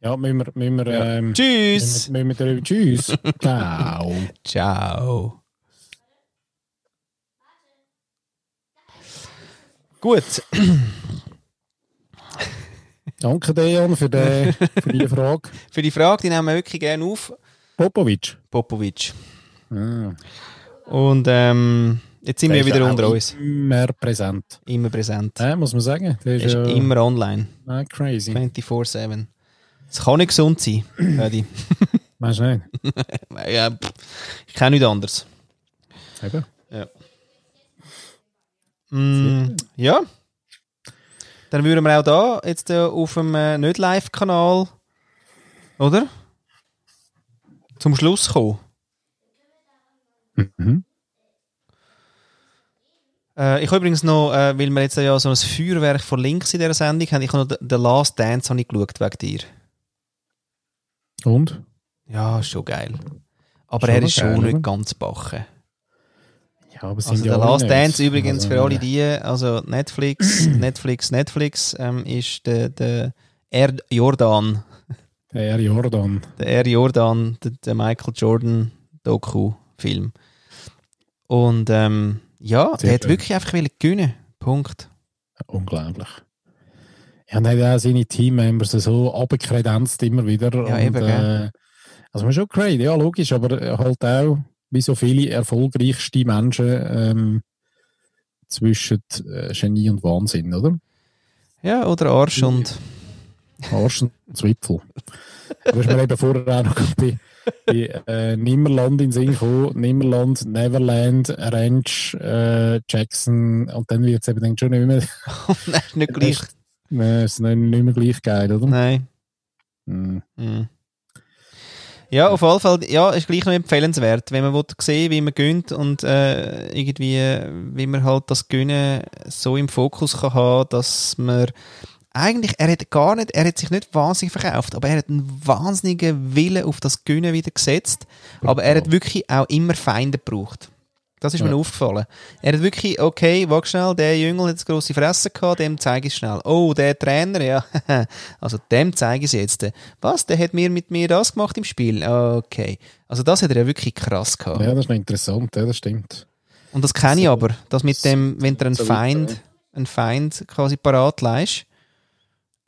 [SPEAKER 2] Ja, müssen wir, müssen wir, ähm,
[SPEAKER 1] Tschüss.
[SPEAKER 2] müssen wir, müssen wir darüber. Tschüss. Ciao.
[SPEAKER 1] Ciao. Gut.
[SPEAKER 2] Danke, Dejan, für, den, für die Frage.
[SPEAKER 1] Für die Frage, die nehmen wir wirklich gerne auf.
[SPEAKER 2] Popovic.
[SPEAKER 1] Popovic.
[SPEAKER 2] Ah,
[SPEAKER 1] Und ähm, jetzt sind
[SPEAKER 2] der
[SPEAKER 1] wir
[SPEAKER 2] ist
[SPEAKER 1] wieder
[SPEAKER 2] ja
[SPEAKER 1] unter
[SPEAKER 2] auch
[SPEAKER 1] uns.
[SPEAKER 2] Immer präsent.
[SPEAKER 1] Immer präsent.
[SPEAKER 2] Ja, muss man sagen. Der
[SPEAKER 1] Er ist
[SPEAKER 2] ist, ja
[SPEAKER 1] immer online.
[SPEAKER 2] ah, crazy.
[SPEAKER 1] 24-7. Es kann nicht gesund sein, Freddy.
[SPEAKER 2] Meinst du nicht?
[SPEAKER 1] ja, pff, ich kenne nichts anderes.
[SPEAKER 2] Eben.
[SPEAKER 1] Mm, ja. Dann würden wir auch da jetzt äh, auf dem äh, Nicht-Live-Kanal, oder? Zum Schluss kommen.
[SPEAKER 2] Mhm.
[SPEAKER 1] Äh, ich habe übrigens noch, äh, weil wir jetzt ja so ein Feuerwerk von links in dieser Sendung haben, ich habe noch The Last Dance habe ich geschaut wegen dir.
[SPEAKER 2] Und?
[SPEAKER 1] Ja, ist schon geil. Aber
[SPEAKER 2] Schon
[SPEAKER 1] er ist
[SPEAKER 2] noch geil,
[SPEAKER 1] schon nicht
[SPEAKER 2] oder?
[SPEAKER 1] ganz bache.
[SPEAKER 2] Ja, aber es
[SPEAKER 1] Also
[SPEAKER 2] sind ja
[SPEAKER 1] der
[SPEAKER 2] alle
[SPEAKER 1] Last
[SPEAKER 2] Nerds.
[SPEAKER 1] Dance übrigens
[SPEAKER 2] Also,
[SPEAKER 1] für alle die, eh, also Netflix, Netflix, Netflix ähm, ist der der Er Jordan,
[SPEAKER 2] Der Herr Jordan.
[SPEAKER 1] der Er Jordan, der, der Michael Jordan Doku Film. Und ähm, ja,
[SPEAKER 2] Sehr
[SPEAKER 1] der hat
[SPEAKER 2] schön.
[SPEAKER 1] wirklich einfach will gewinnen. Punkt.
[SPEAKER 2] Unglaublich. Ja, und er hat auch seine Teammembers so abgekredenzt immer wieder.
[SPEAKER 1] Ja,
[SPEAKER 2] und,
[SPEAKER 1] eben, gell.
[SPEAKER 2] äh, also man ist schon crazy, ja logisch, aber halt auch, wie so viele erfolgreichste Menschen ähm, zwischen äh, Genie und Wahnsinn, oder?
[SPEAKER 1] Ja, oder Arsch und
[SPEAKER 2] Arsch und Zwipfel. Da ist mir eben vorher auch noch bei, bei äh, Nimmerland in den Sinn gekommen. Nimmerland, Neverland, Ranch, äh, Jackson und dann wird es eben dann schon nicht mehr,
[SPEAKER 1] nein, ist nicht gleich.
[SPEAKER 2] äh, ist nicht nicht mehr gleich geil, oder?
[SPEAKER 1] Nein.
[SPEAKER 2] Mm.
[SPEAKER 1] Mhm. Ja, auf jeden Fall, ja, ist gleich noch empfehlenswert, wenn man will sehen wie man gönnt und äh, irgendwie, äh, wie man halt das Gönnen so im Fokus kann haben, dass man eigentlich, er hat gar nicht, er hat sich nicht wahnsinnig verkauft, aber er hat einen wahnsinnigen Willen auf das Gönnen wieder gesetzt, aber er hat wirklich auch immer Feinde gebraucht. Das ist mir aufgefallen. Er hat wirklich, okay, wach schnell, der Jüngel hat eine grosse Fresse gehabt, dem zeige ich schnell. Oh, der Trainer, ja. Also dem zeige ich jetzt. Was, der hat mir mit mir das gemacht im Spiel? Okay. Also das hat er ja wirklich krass gehabt.
[SPEAKER 2] Ja, das ist noch interessant, ja, das stimmt.
[SPEAKER 1] Und das kenne ich aber, das mit dem, wenn du einen
[SPEAKER 2] absolut,
[SPEAKER 1] Feind, einen Feind quasi parat leist,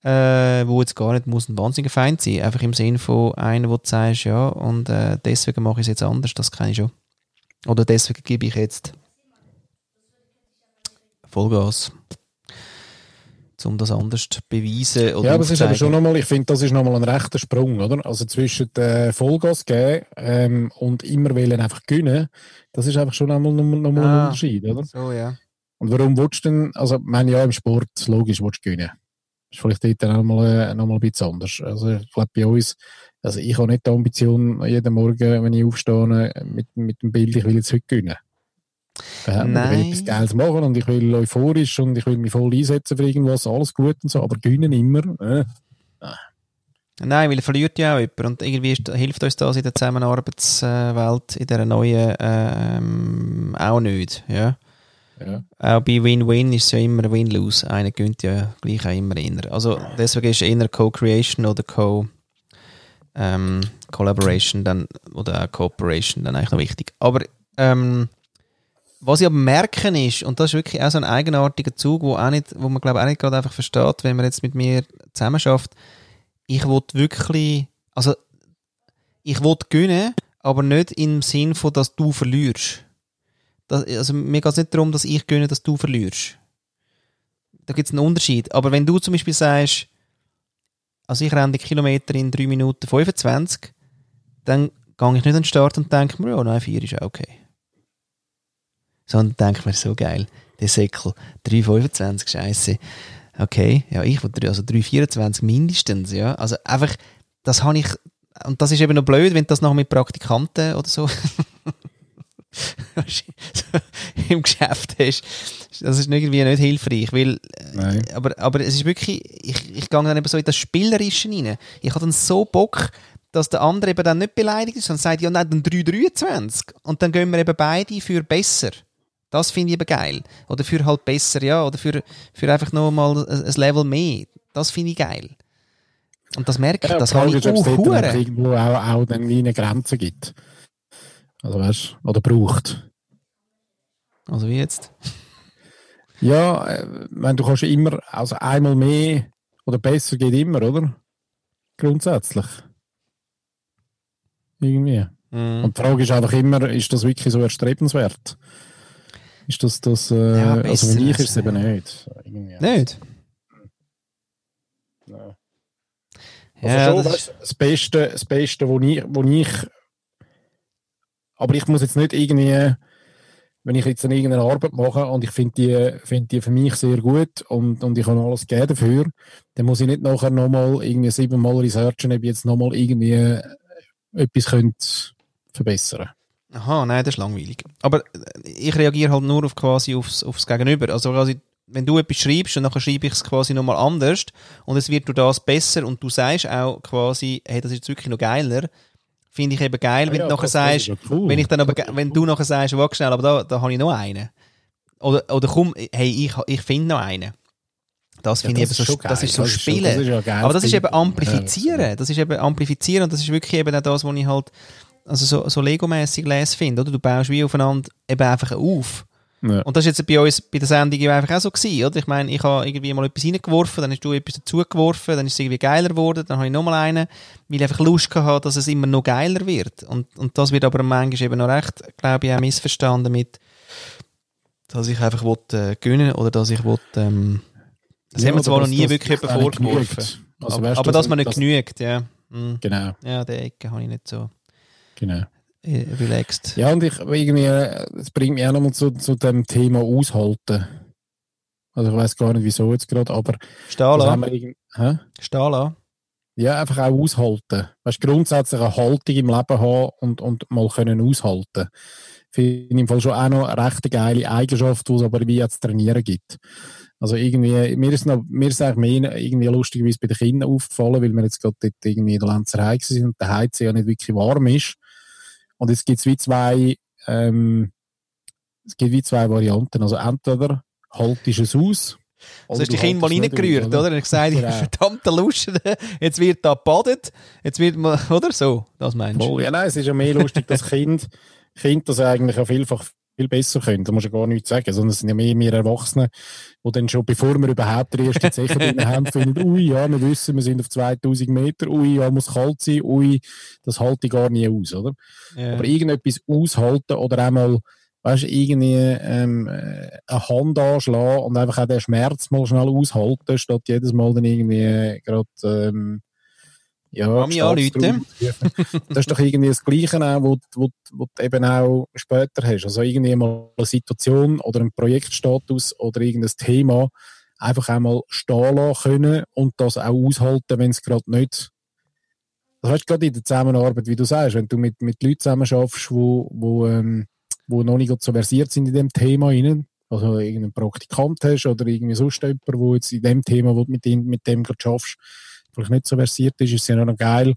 [SPEAKER 1] äh, wo jetzt gar nicht muss ein wahnsinniger Feind sein, einfach im Sinn von einem, wo du sagst, ja, und äh, deswegen mache ich es jetzt anders, das kenne ich schon. Oder deswegen gebe ich jetzt Vollgas, um das anders zu beweisen oder
[SPEAKER 2] ja, aber es ist aber
[SPEAKER 1] aufzuzeigen.
[SPEAKER 2] schon nochmal, ich finde, das ist nochmal ein rechter Sprung, oder? Also zwischen äh, Vollgas geben ähm, und immer wollen einfach gewinnen, das ist einfach schon nochmal noch mal
[SPEAKER 1] Ah.
[SPEAKER 2] ein Unterschied, oder?
[SPEAKER 1] so, ja.
[SPEAKER 2] Und warum willst du denn, also ich meine ja im Sport, logisch willst du gewinnen. Ist vielleicht dort dann auch mal, äh, noch mal ein bisschen anders. Also ich glaube bei uns, also ich habe nicht die Ambition, jeden Morgen, wenn ich aufstehe, äh, mit, mit dem Bild, ich will jetzt heute gewinnen. Äh, und Ich
[SPEAKER 1] Nein.
[SPEAKER 2] will etwas Geiles machen und ich will euphorisch und ich will mich voll einsetzen für irgendwas, alles gut und so, aber gewinnen immer. Äh.
[SPEAKER 1] Nein, weil er verliert ja auch jemand. Und irgendwie ist, hilft uns das in der Zusammenarbeitswelt, in dieser neuen, äh, ähm, auch nicht. Ja?
[SPEAKER 2] Ja.
[SPEAKER 1] Auch bei Win-Win ist es ja immer Win-Lose. Einer gewinnt ja gleich auch immer inner. Also deswegen ist inner Co-Creation oder Co- ähm, Collaboration dann, oder auch Cooperation dann eigentlich noch wichtig. Aber ähm, was ich aber merken ist, und das ist wirklich auch so ein eigenartiger Zug, wo, auch nicht, wo man glaube ich auch nicht gerade einfach versteht, wenn man jetzt mit mir zusammen schafft, ich will wirklich, also ich will gewinnen, aber nicht im Sinn von, dass du verlierst. Das, also mir geht es nicht darum, dass ich gewinne, dass du verlierst. Da gibt es einen Unterschied. Aber wenn du zum Beispiel sagst, also ich renne den Kilometer in 3 Minuten 25, dann gehe ich nicht an den Start und denke mir, ja, nein, 4 ist auch okay. Sondern denke mir, so geil, der Säckel, 3,25, scheiße. Okay, ja, ich will drei- also 3,24 mindestens, ja. Also einfach, das habe ich, und das ist eben noch blöd, wenn du das noch mit Praktikanten oder so im Geschäft hast. Das ist irgendwie nicht hilfreich, weil
[SPEAKER 2] Nein.
[SPEAKER 1] aber, aber es ist wirklich, ich, ich gehe dann eben so in das Spielerische rein. Ich habe dann so Bock, dass der andere eben dann nicht beleidigt ist und sagt, ja nein, dann 3,23. Und dann gehen wir eben beide für besser. Das finde ich eben geil. Oder für halt besser, ja. Oder für, für einfach nochmal ein ein Level mehr. Das finde ich geil. Und das merke ich,
[SPEAKER 2] Ja,
[SPEAKER 1] das
[SPEAKER 2] die
[SPEAKER 1] habe
[SPEAKER 2] Frage
[SPEAKER 1] ich
[SPEAKER 2] ist, ob es
[SPEAKER 1] auch
[SPEAKER 2] dort dann
[SPEAKER 1] hure.
[SPEAKER 2] einfach irgendwo auch, auch dann wie eine Grenze gibt. Also weißt oder braucht.
[SPEAKER 1] Also wie jetzt?
[SPEAKER 2] Ja, äh, wenn du kannst ja immer, also einmal mehr oder besser geht immer, oder? Grundsätzlich. Irgendwie. Und die Frage ist einfach immer, ist das wirklich so erstrebenswert? Ist das das, äh,
[SPEAKER 1] Ja,
[SPEAKER 2] also
[SPEAKER 1] besser
[SPEAKER 2] für mich
[SPEAKER 1] als-
[SPEAKER 2] ist es eben nicht. Irgendwie.
[SPEAKER 1] Nicht?
[SPEAKER 2] Also
[SPEAKER 1] Ja,
[SPEAKER 2] schon,
[SPEAKER 1] das
[SPEAKER 2] weißt, das Beste, das Beste, wo ich, wo ich, aber ich muss jetzt nicht irgendwie, wenn ich jetzt an irgendeine Arbeit mache und ich finde die, find die für mich sehr gut und, und ich habe alles gegeben dafür, dann muss ich nicht nachher nochmal irgendwie siebenmal researchen, ob ich jetzt nochmal irgendwie äh, etwas könnte verbessern
[SPEAKER 1] Aha, nein, das ist langweilig. Aber äh, ich reagiere halt nur auf quasi aufs, aufs Gegenüber. Also quasi, wenn du etwas schreibst und nachher schreibe ich es quasi nochmal anders und es wird durch das besser und du sagst auch quasi, hey, das ist jetzt wirklich noch geiler, finde ich eben geil,
[SPEAKER 2] Ah
[SPEAKER 1] wenn
[SPEAKER 2] ja,
[SPEAKER 1] du nachher
[SPEAKER 2] das- das ist
[SPEAKER 1] sagst,
[SPEAKER 2] ja cool.
[SPEAKER 1] wenn ich dann aber, ge- wenn du nachher sagst, wach schnell, aber da, da habe ich noch einen. Oder, oder komm, hey, ich, ha- ich finde noch einen. Das finde ich eben
[SPEAKER 2] das ist
[SPEAKER 1] so,
[SPEAKER 2] schon geil.
[SPEAKER 1] das ist so
[SPEAKER 2] Das ist schon-
[SPEAKER 1] Spielen.
[SPEAKER 2] das ist ja ein geiles
[SPEAKER 1] aber das ist
[SPEAKER 2] Ding.
[SPEAKER 1] eben Amplifizieren. Das ist eben Amplifizieren und das ist wirklich eben auch das, was ich halt also so, so Lego-mässig lese finde. Oder? Du baust wie aufeinander eben einfach auf.
[SPEAKER 2] Ja.
[SPEAKER 1] Und das ist jetzt bei uns bei der Sendung ja einfach auch so gewesen, oder? Ich meine, ich habe irgendwie mal etwas reingeworfen, dann hast du etwas dazugeworfen, dann ist es irgendwie geiler geworden, dann habe ich nochmal einen, weil ich einfach Lust hatte, dass es immer noch geiler wird. Und, und das wird aber manchmal eben noch recht, glaube ich, auch missverstanden mit, dass ich einfach will, äh, gewinnen oder dass ich will, ähm, das haben wir zwar noch nie wirklich jemandem vorgeworfen.
[SPEAKER 2] Also,
[SPEAKER 1] aber
[SPEAKER 2] weißt,
[SPEAKER 1] aber dass man nicht
[SPEAKER 2] das-
[SPEAKER 1] genügt, ja. Mhm.
[SPEAKER 2] Genau,
[SPEAKER 1] Ja, die Ecke habe ich nicht so
[SPEAKER 2] genau.
[SPEAKER 1] äh, relaxed.
[SPEAKER 2] Ja, und ich irgendwie, äh, es bringt mich auch nochmal zu, zu dem Thema Aushalten. Also ich weiß gar nicht, wieso jetzt gerade, aber
[SPEAKER 1] Stahl
[SPEAKER 2] das haben
[SPEAKER 1] an,
[SPEAKER 2] wir irgend- hä?
[SPEAKER 1] Stahl an.
[SPEAKER 2] ja, einfach auch aushalten. Weißt du, grundsätzlich eine Haltung im Leben haben und, und mal können aushalten. Finde ich im Fall schon auch noch eine recht geile Eigenschaft, die es aber wie jetzt trainieren gibt. Also irgendwie, mir ist, noch, mir ist eigentlich mehr irgendwie lustigerweise bei den Kindern aufgefallen, weil wir jetzt gerade dort irgendwie in der Lenzerheim sind und der Heiz ja nicht wirklich warm ist. Und jetzt gibt es wie zwei, ähm, es gibt wie zwei Varianten. Also entweder haltest du es aus.
[SPEAKER 1] So Also hast
[SPEAKER 2] oder
[SPEAKER 1] du
[SPEAKER 2] Oh, du
[SPEAKER 1] die Kinder mal
[SPEAKER 2] haltest es nicht
[SPEAKER 1] reingerührt,
[SPEAKER 2] aus,
[SPEAKER 1] oder? Und ich gesagt,
[SPEAKER 2] Genau.
[SPEAKER 1] verdammte Luschen, jetzt wird da gebadet, jetzt wird man, oder? So, das meinst du?
[SPEAKER 2] Voll. Ja, nein, es ist ja mehr lustig, dass Kind, Kind das eigentlich ja vielfach viel besser können. Da musst du ja gar nichts sagen, sondern es sind ja mehr wir Erwachsenen, die dann schon, bevor wir überhaupt die erste Zeche drin haben, finden, ui, ja, wir wissen, wir sind auf 2000 Meter, ui, ja, muss kalt sein, ui, das halte ich gar nie aus, oder?
[SPEAKER 1] Ja.
[SPEAKER 2] Aber irgendetwas aushalten oder einmal, weißt du, irgendwie ähm, äh, eine Hand anschlagen und einfach auch den Schmerz mal schnell aushalten, statt jedes Mal dann irgendwie äh, gerade. Ähm, ja,
[SPEAKER 1] Mami
[SPEAKER 2] Staatstrauer
[SPEAKER 1] anrufen.
[SPEAKER 2] rufen. Das ist doch irgendwie das Gleiche, auch, wo, du- wo, du- wo du eben auch später hast. Also irgendwie mal eine Situation oder einen Projektstatus oder irgendein Thema einfach einmal stehen lassen können und das auch aushalten, wenn es gerade nicht das hast du gerade in der Zusammenarbeit, wie du sagst, wenn du mit, mit Leuten zusammen schaffst, wo, wo, ähm, wo noch nicht so versiert sind in dem Thema rein, also irgendeinen Praktikant hast oder irgendwie sonst jemand, wo jetzt in dem Thema, wo du mit, ihm, mit dem gerade schaffst, vielleicht nicht so versiert ist, ist es ja noch geil,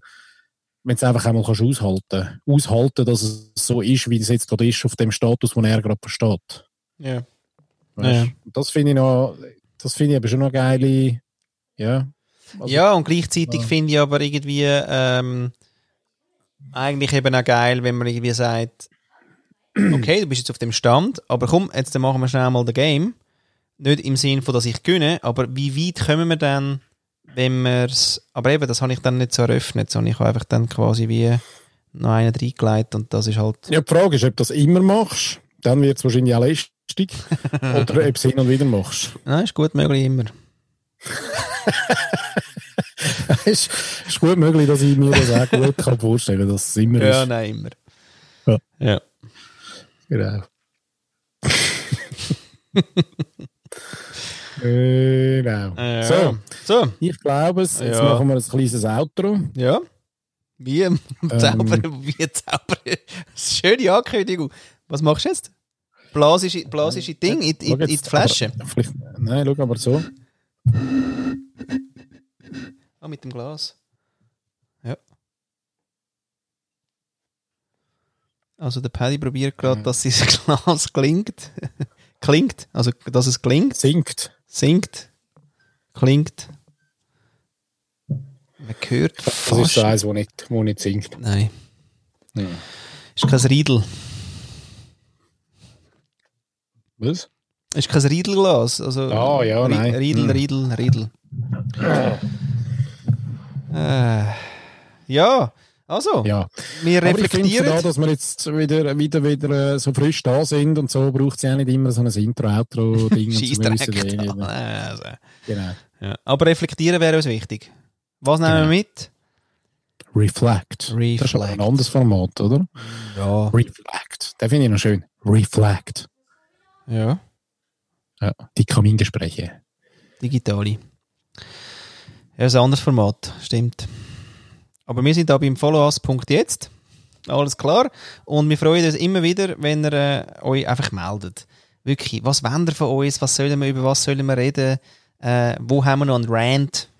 [SPEAKER 2] wenn du es einfach einmal kannst aushalten Aushalten, dass es so ist, wie es jetzt gerade ist, auf dem Status, wo er gerade versteht.
[SPEAKER 1] Ja. Ja.
[SPEAKER 2] Weißt du? Und Das finde ich noch, das finde ich aber schon noch geile, ja. Also-
[SPEAKER 1] ja, und gleichzeitig
[SPEAKER 2] Ja.
[SPEAKER 1] finde ich aber irgendwie ähm, eigentlich eben auch geil, wenn man irgendwie sagt, okay, du bist jetzt auf dem Stand, aber komm, jetzt dann machen wir schnell mal das Game. Nicht im Sinn von, dass ich gönne, aber wie weit kommen wir dann, wenn wir es... Aber eben, das habe ich dann nicht so eröffnet, sondern ich habe einfach dann quasi wie noch einen reingelegt und das ist halt...
[SPEAKER 2] Ja, die Frage ist, ob du das immer machst, dann wird es wahrscheinlich auch lästig. oder ob du es hin und wieder machst.
[SPEAKER 1] Nein, ist gut möglich, immer.
[SPEAKER 2] Es ist gut möglich, dass ich mir das auch gut kann vorstellen kann, dass es immer
[SPEAKER 1] Ja,
[SPEAKER 2] ist.
[SPEAKER 1] nein, immer.
[SPEAKER 2] Ja.
[SPEAKER 1] ja.
[SPEAKER 2] Genau. genau.
[SPEAKER 1] Ah, Ja.
[SPEAKER 2] So,
[SPEAKER 1] So,
[SPEAKER 2] ich glaube es. Jetzt
[SPEAKER 1] Ja.
[SPEAKER 2] machen wir ein kleines Outro.
[SPEAKER 1] ja. Wie ähm, Zauber, wie Zauber. Schöne Ankündigung. Was machst du jetzt? Blasische, blasische Ding in, in,
[SPEAKER 2] Äh, Schau
[SPEAKER 1] in die
[SPEAKER 2] jetzt,
[SPEAKER 1] Flasche.
[SPEAKER 2] Aber, vielleicht, nein, schau aber so.
[SPEAKER 1] Ah, mit dem Glas. Ja. Also der Paddy probiert
[SPEAKER 2] Mhm.
[SPEAKER 1] gerade, dass sein Glas klingt. klingt, also dass es klingt.
[SPEAKER 2] Sinkt.
[SPEAKER 1] Singt. Klingt. Man hört
[SPEAKER 2] Das ist
[SPEAKER 1] fast.
[SPEAKER 2] so eins, wo nicht, wo nicht sinkt.
[SPEAKER 1] Nein.
[SPEAKER 2] Ja.
[SPEAKER 1] Ist kein Riedel.
[SPEAKER 2] Was?
[SPEAKER 1] Ist kein Riedelglas. Also,
[SPEAKER 2] Ah, ja,
[SPEAKER 1] Ri-
[SPEAKER 2] nein.
[SPEAKER 1] Riedel,
[SPEAKER 2] Hm. Ah.
[SPEAKER 1] Riedel, Riedel. Äh, ja, also,
[SPEAKER 2] Ja.
[SPEAKER 1] wir
[SPEAKER 2] Aber ich finde da,
[SPEAKER 1] reflektieren.
[SPEAKER 2] dass wir jetzt wieder, wieder, wieder äh, so frisch da sind und so braucht es ja nicht immer so ein Intro-Outro-Ding.
[SPEAKER 1] Scheiss
[SPEAKER 2] und so, wir
[SPEAKER 1] direkt
[SPEAKER 2] wissen eh
[SPEAKER 1] an.
[SPEAKER 2] nicht.
[SPEAKER 1] Also,
[SPEAKER 2] Genau.
[SPEAKER 1] ja. Aber reflektieren wäre uns wichtig. Was nehmen wir
[SPEAKER 2] Genau.
[SPEAKER 1] mit?
[SPEAKER 2] Reflect. Das ist aber
[SPEAKER 1] Reflect.
[SPEAKER 2] ein anderes Format, oder?
[SPEAKER 1] Ja.
[SPEAKER 2] Reflect. Den finde ich noch schön. Reflect.
[SPEAKER 1] ja.
[SPEAKER 2] Ja. Die Kamingespräche.
[SPEAKER 1] Digitale. Ja, ist ein anderes Format, stimmt. Aber wir sind da beim Followas.jetzt. Alles klar. Und wir freuen uns immer wieder, wenn ihr äh, euch einfach meldet. Wirklich, was wollt ihr von uns? Was sollen wir, über was sollen wir reden? Äh, wo haben wir noch einen Rant?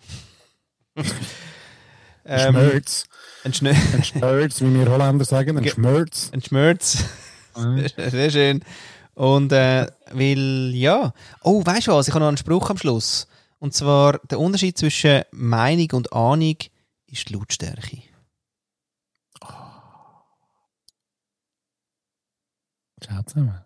[SPEAKER 1] Ähm,
[SPEAKER 2] Schmerz.
[SPEAKER 1] Ein, Schnö
[SPEAKER 2] Ein Schmerz, wie wir Holländer sagen. Ein
[SPEAKER 1] Ge-
[SPEAKER 2] Schmerz.
[SPEAKER 1] ein Schmerz. Sehr schön. Und äh, weil, ja. Oh, weißt du was? Ich habe noch einen Spruch am Schluss. Und zwar, der Unterschied zwischen Meinung und Ahnung ist die Lautstärke.
[SPEAKER 2] Ciao zusammen.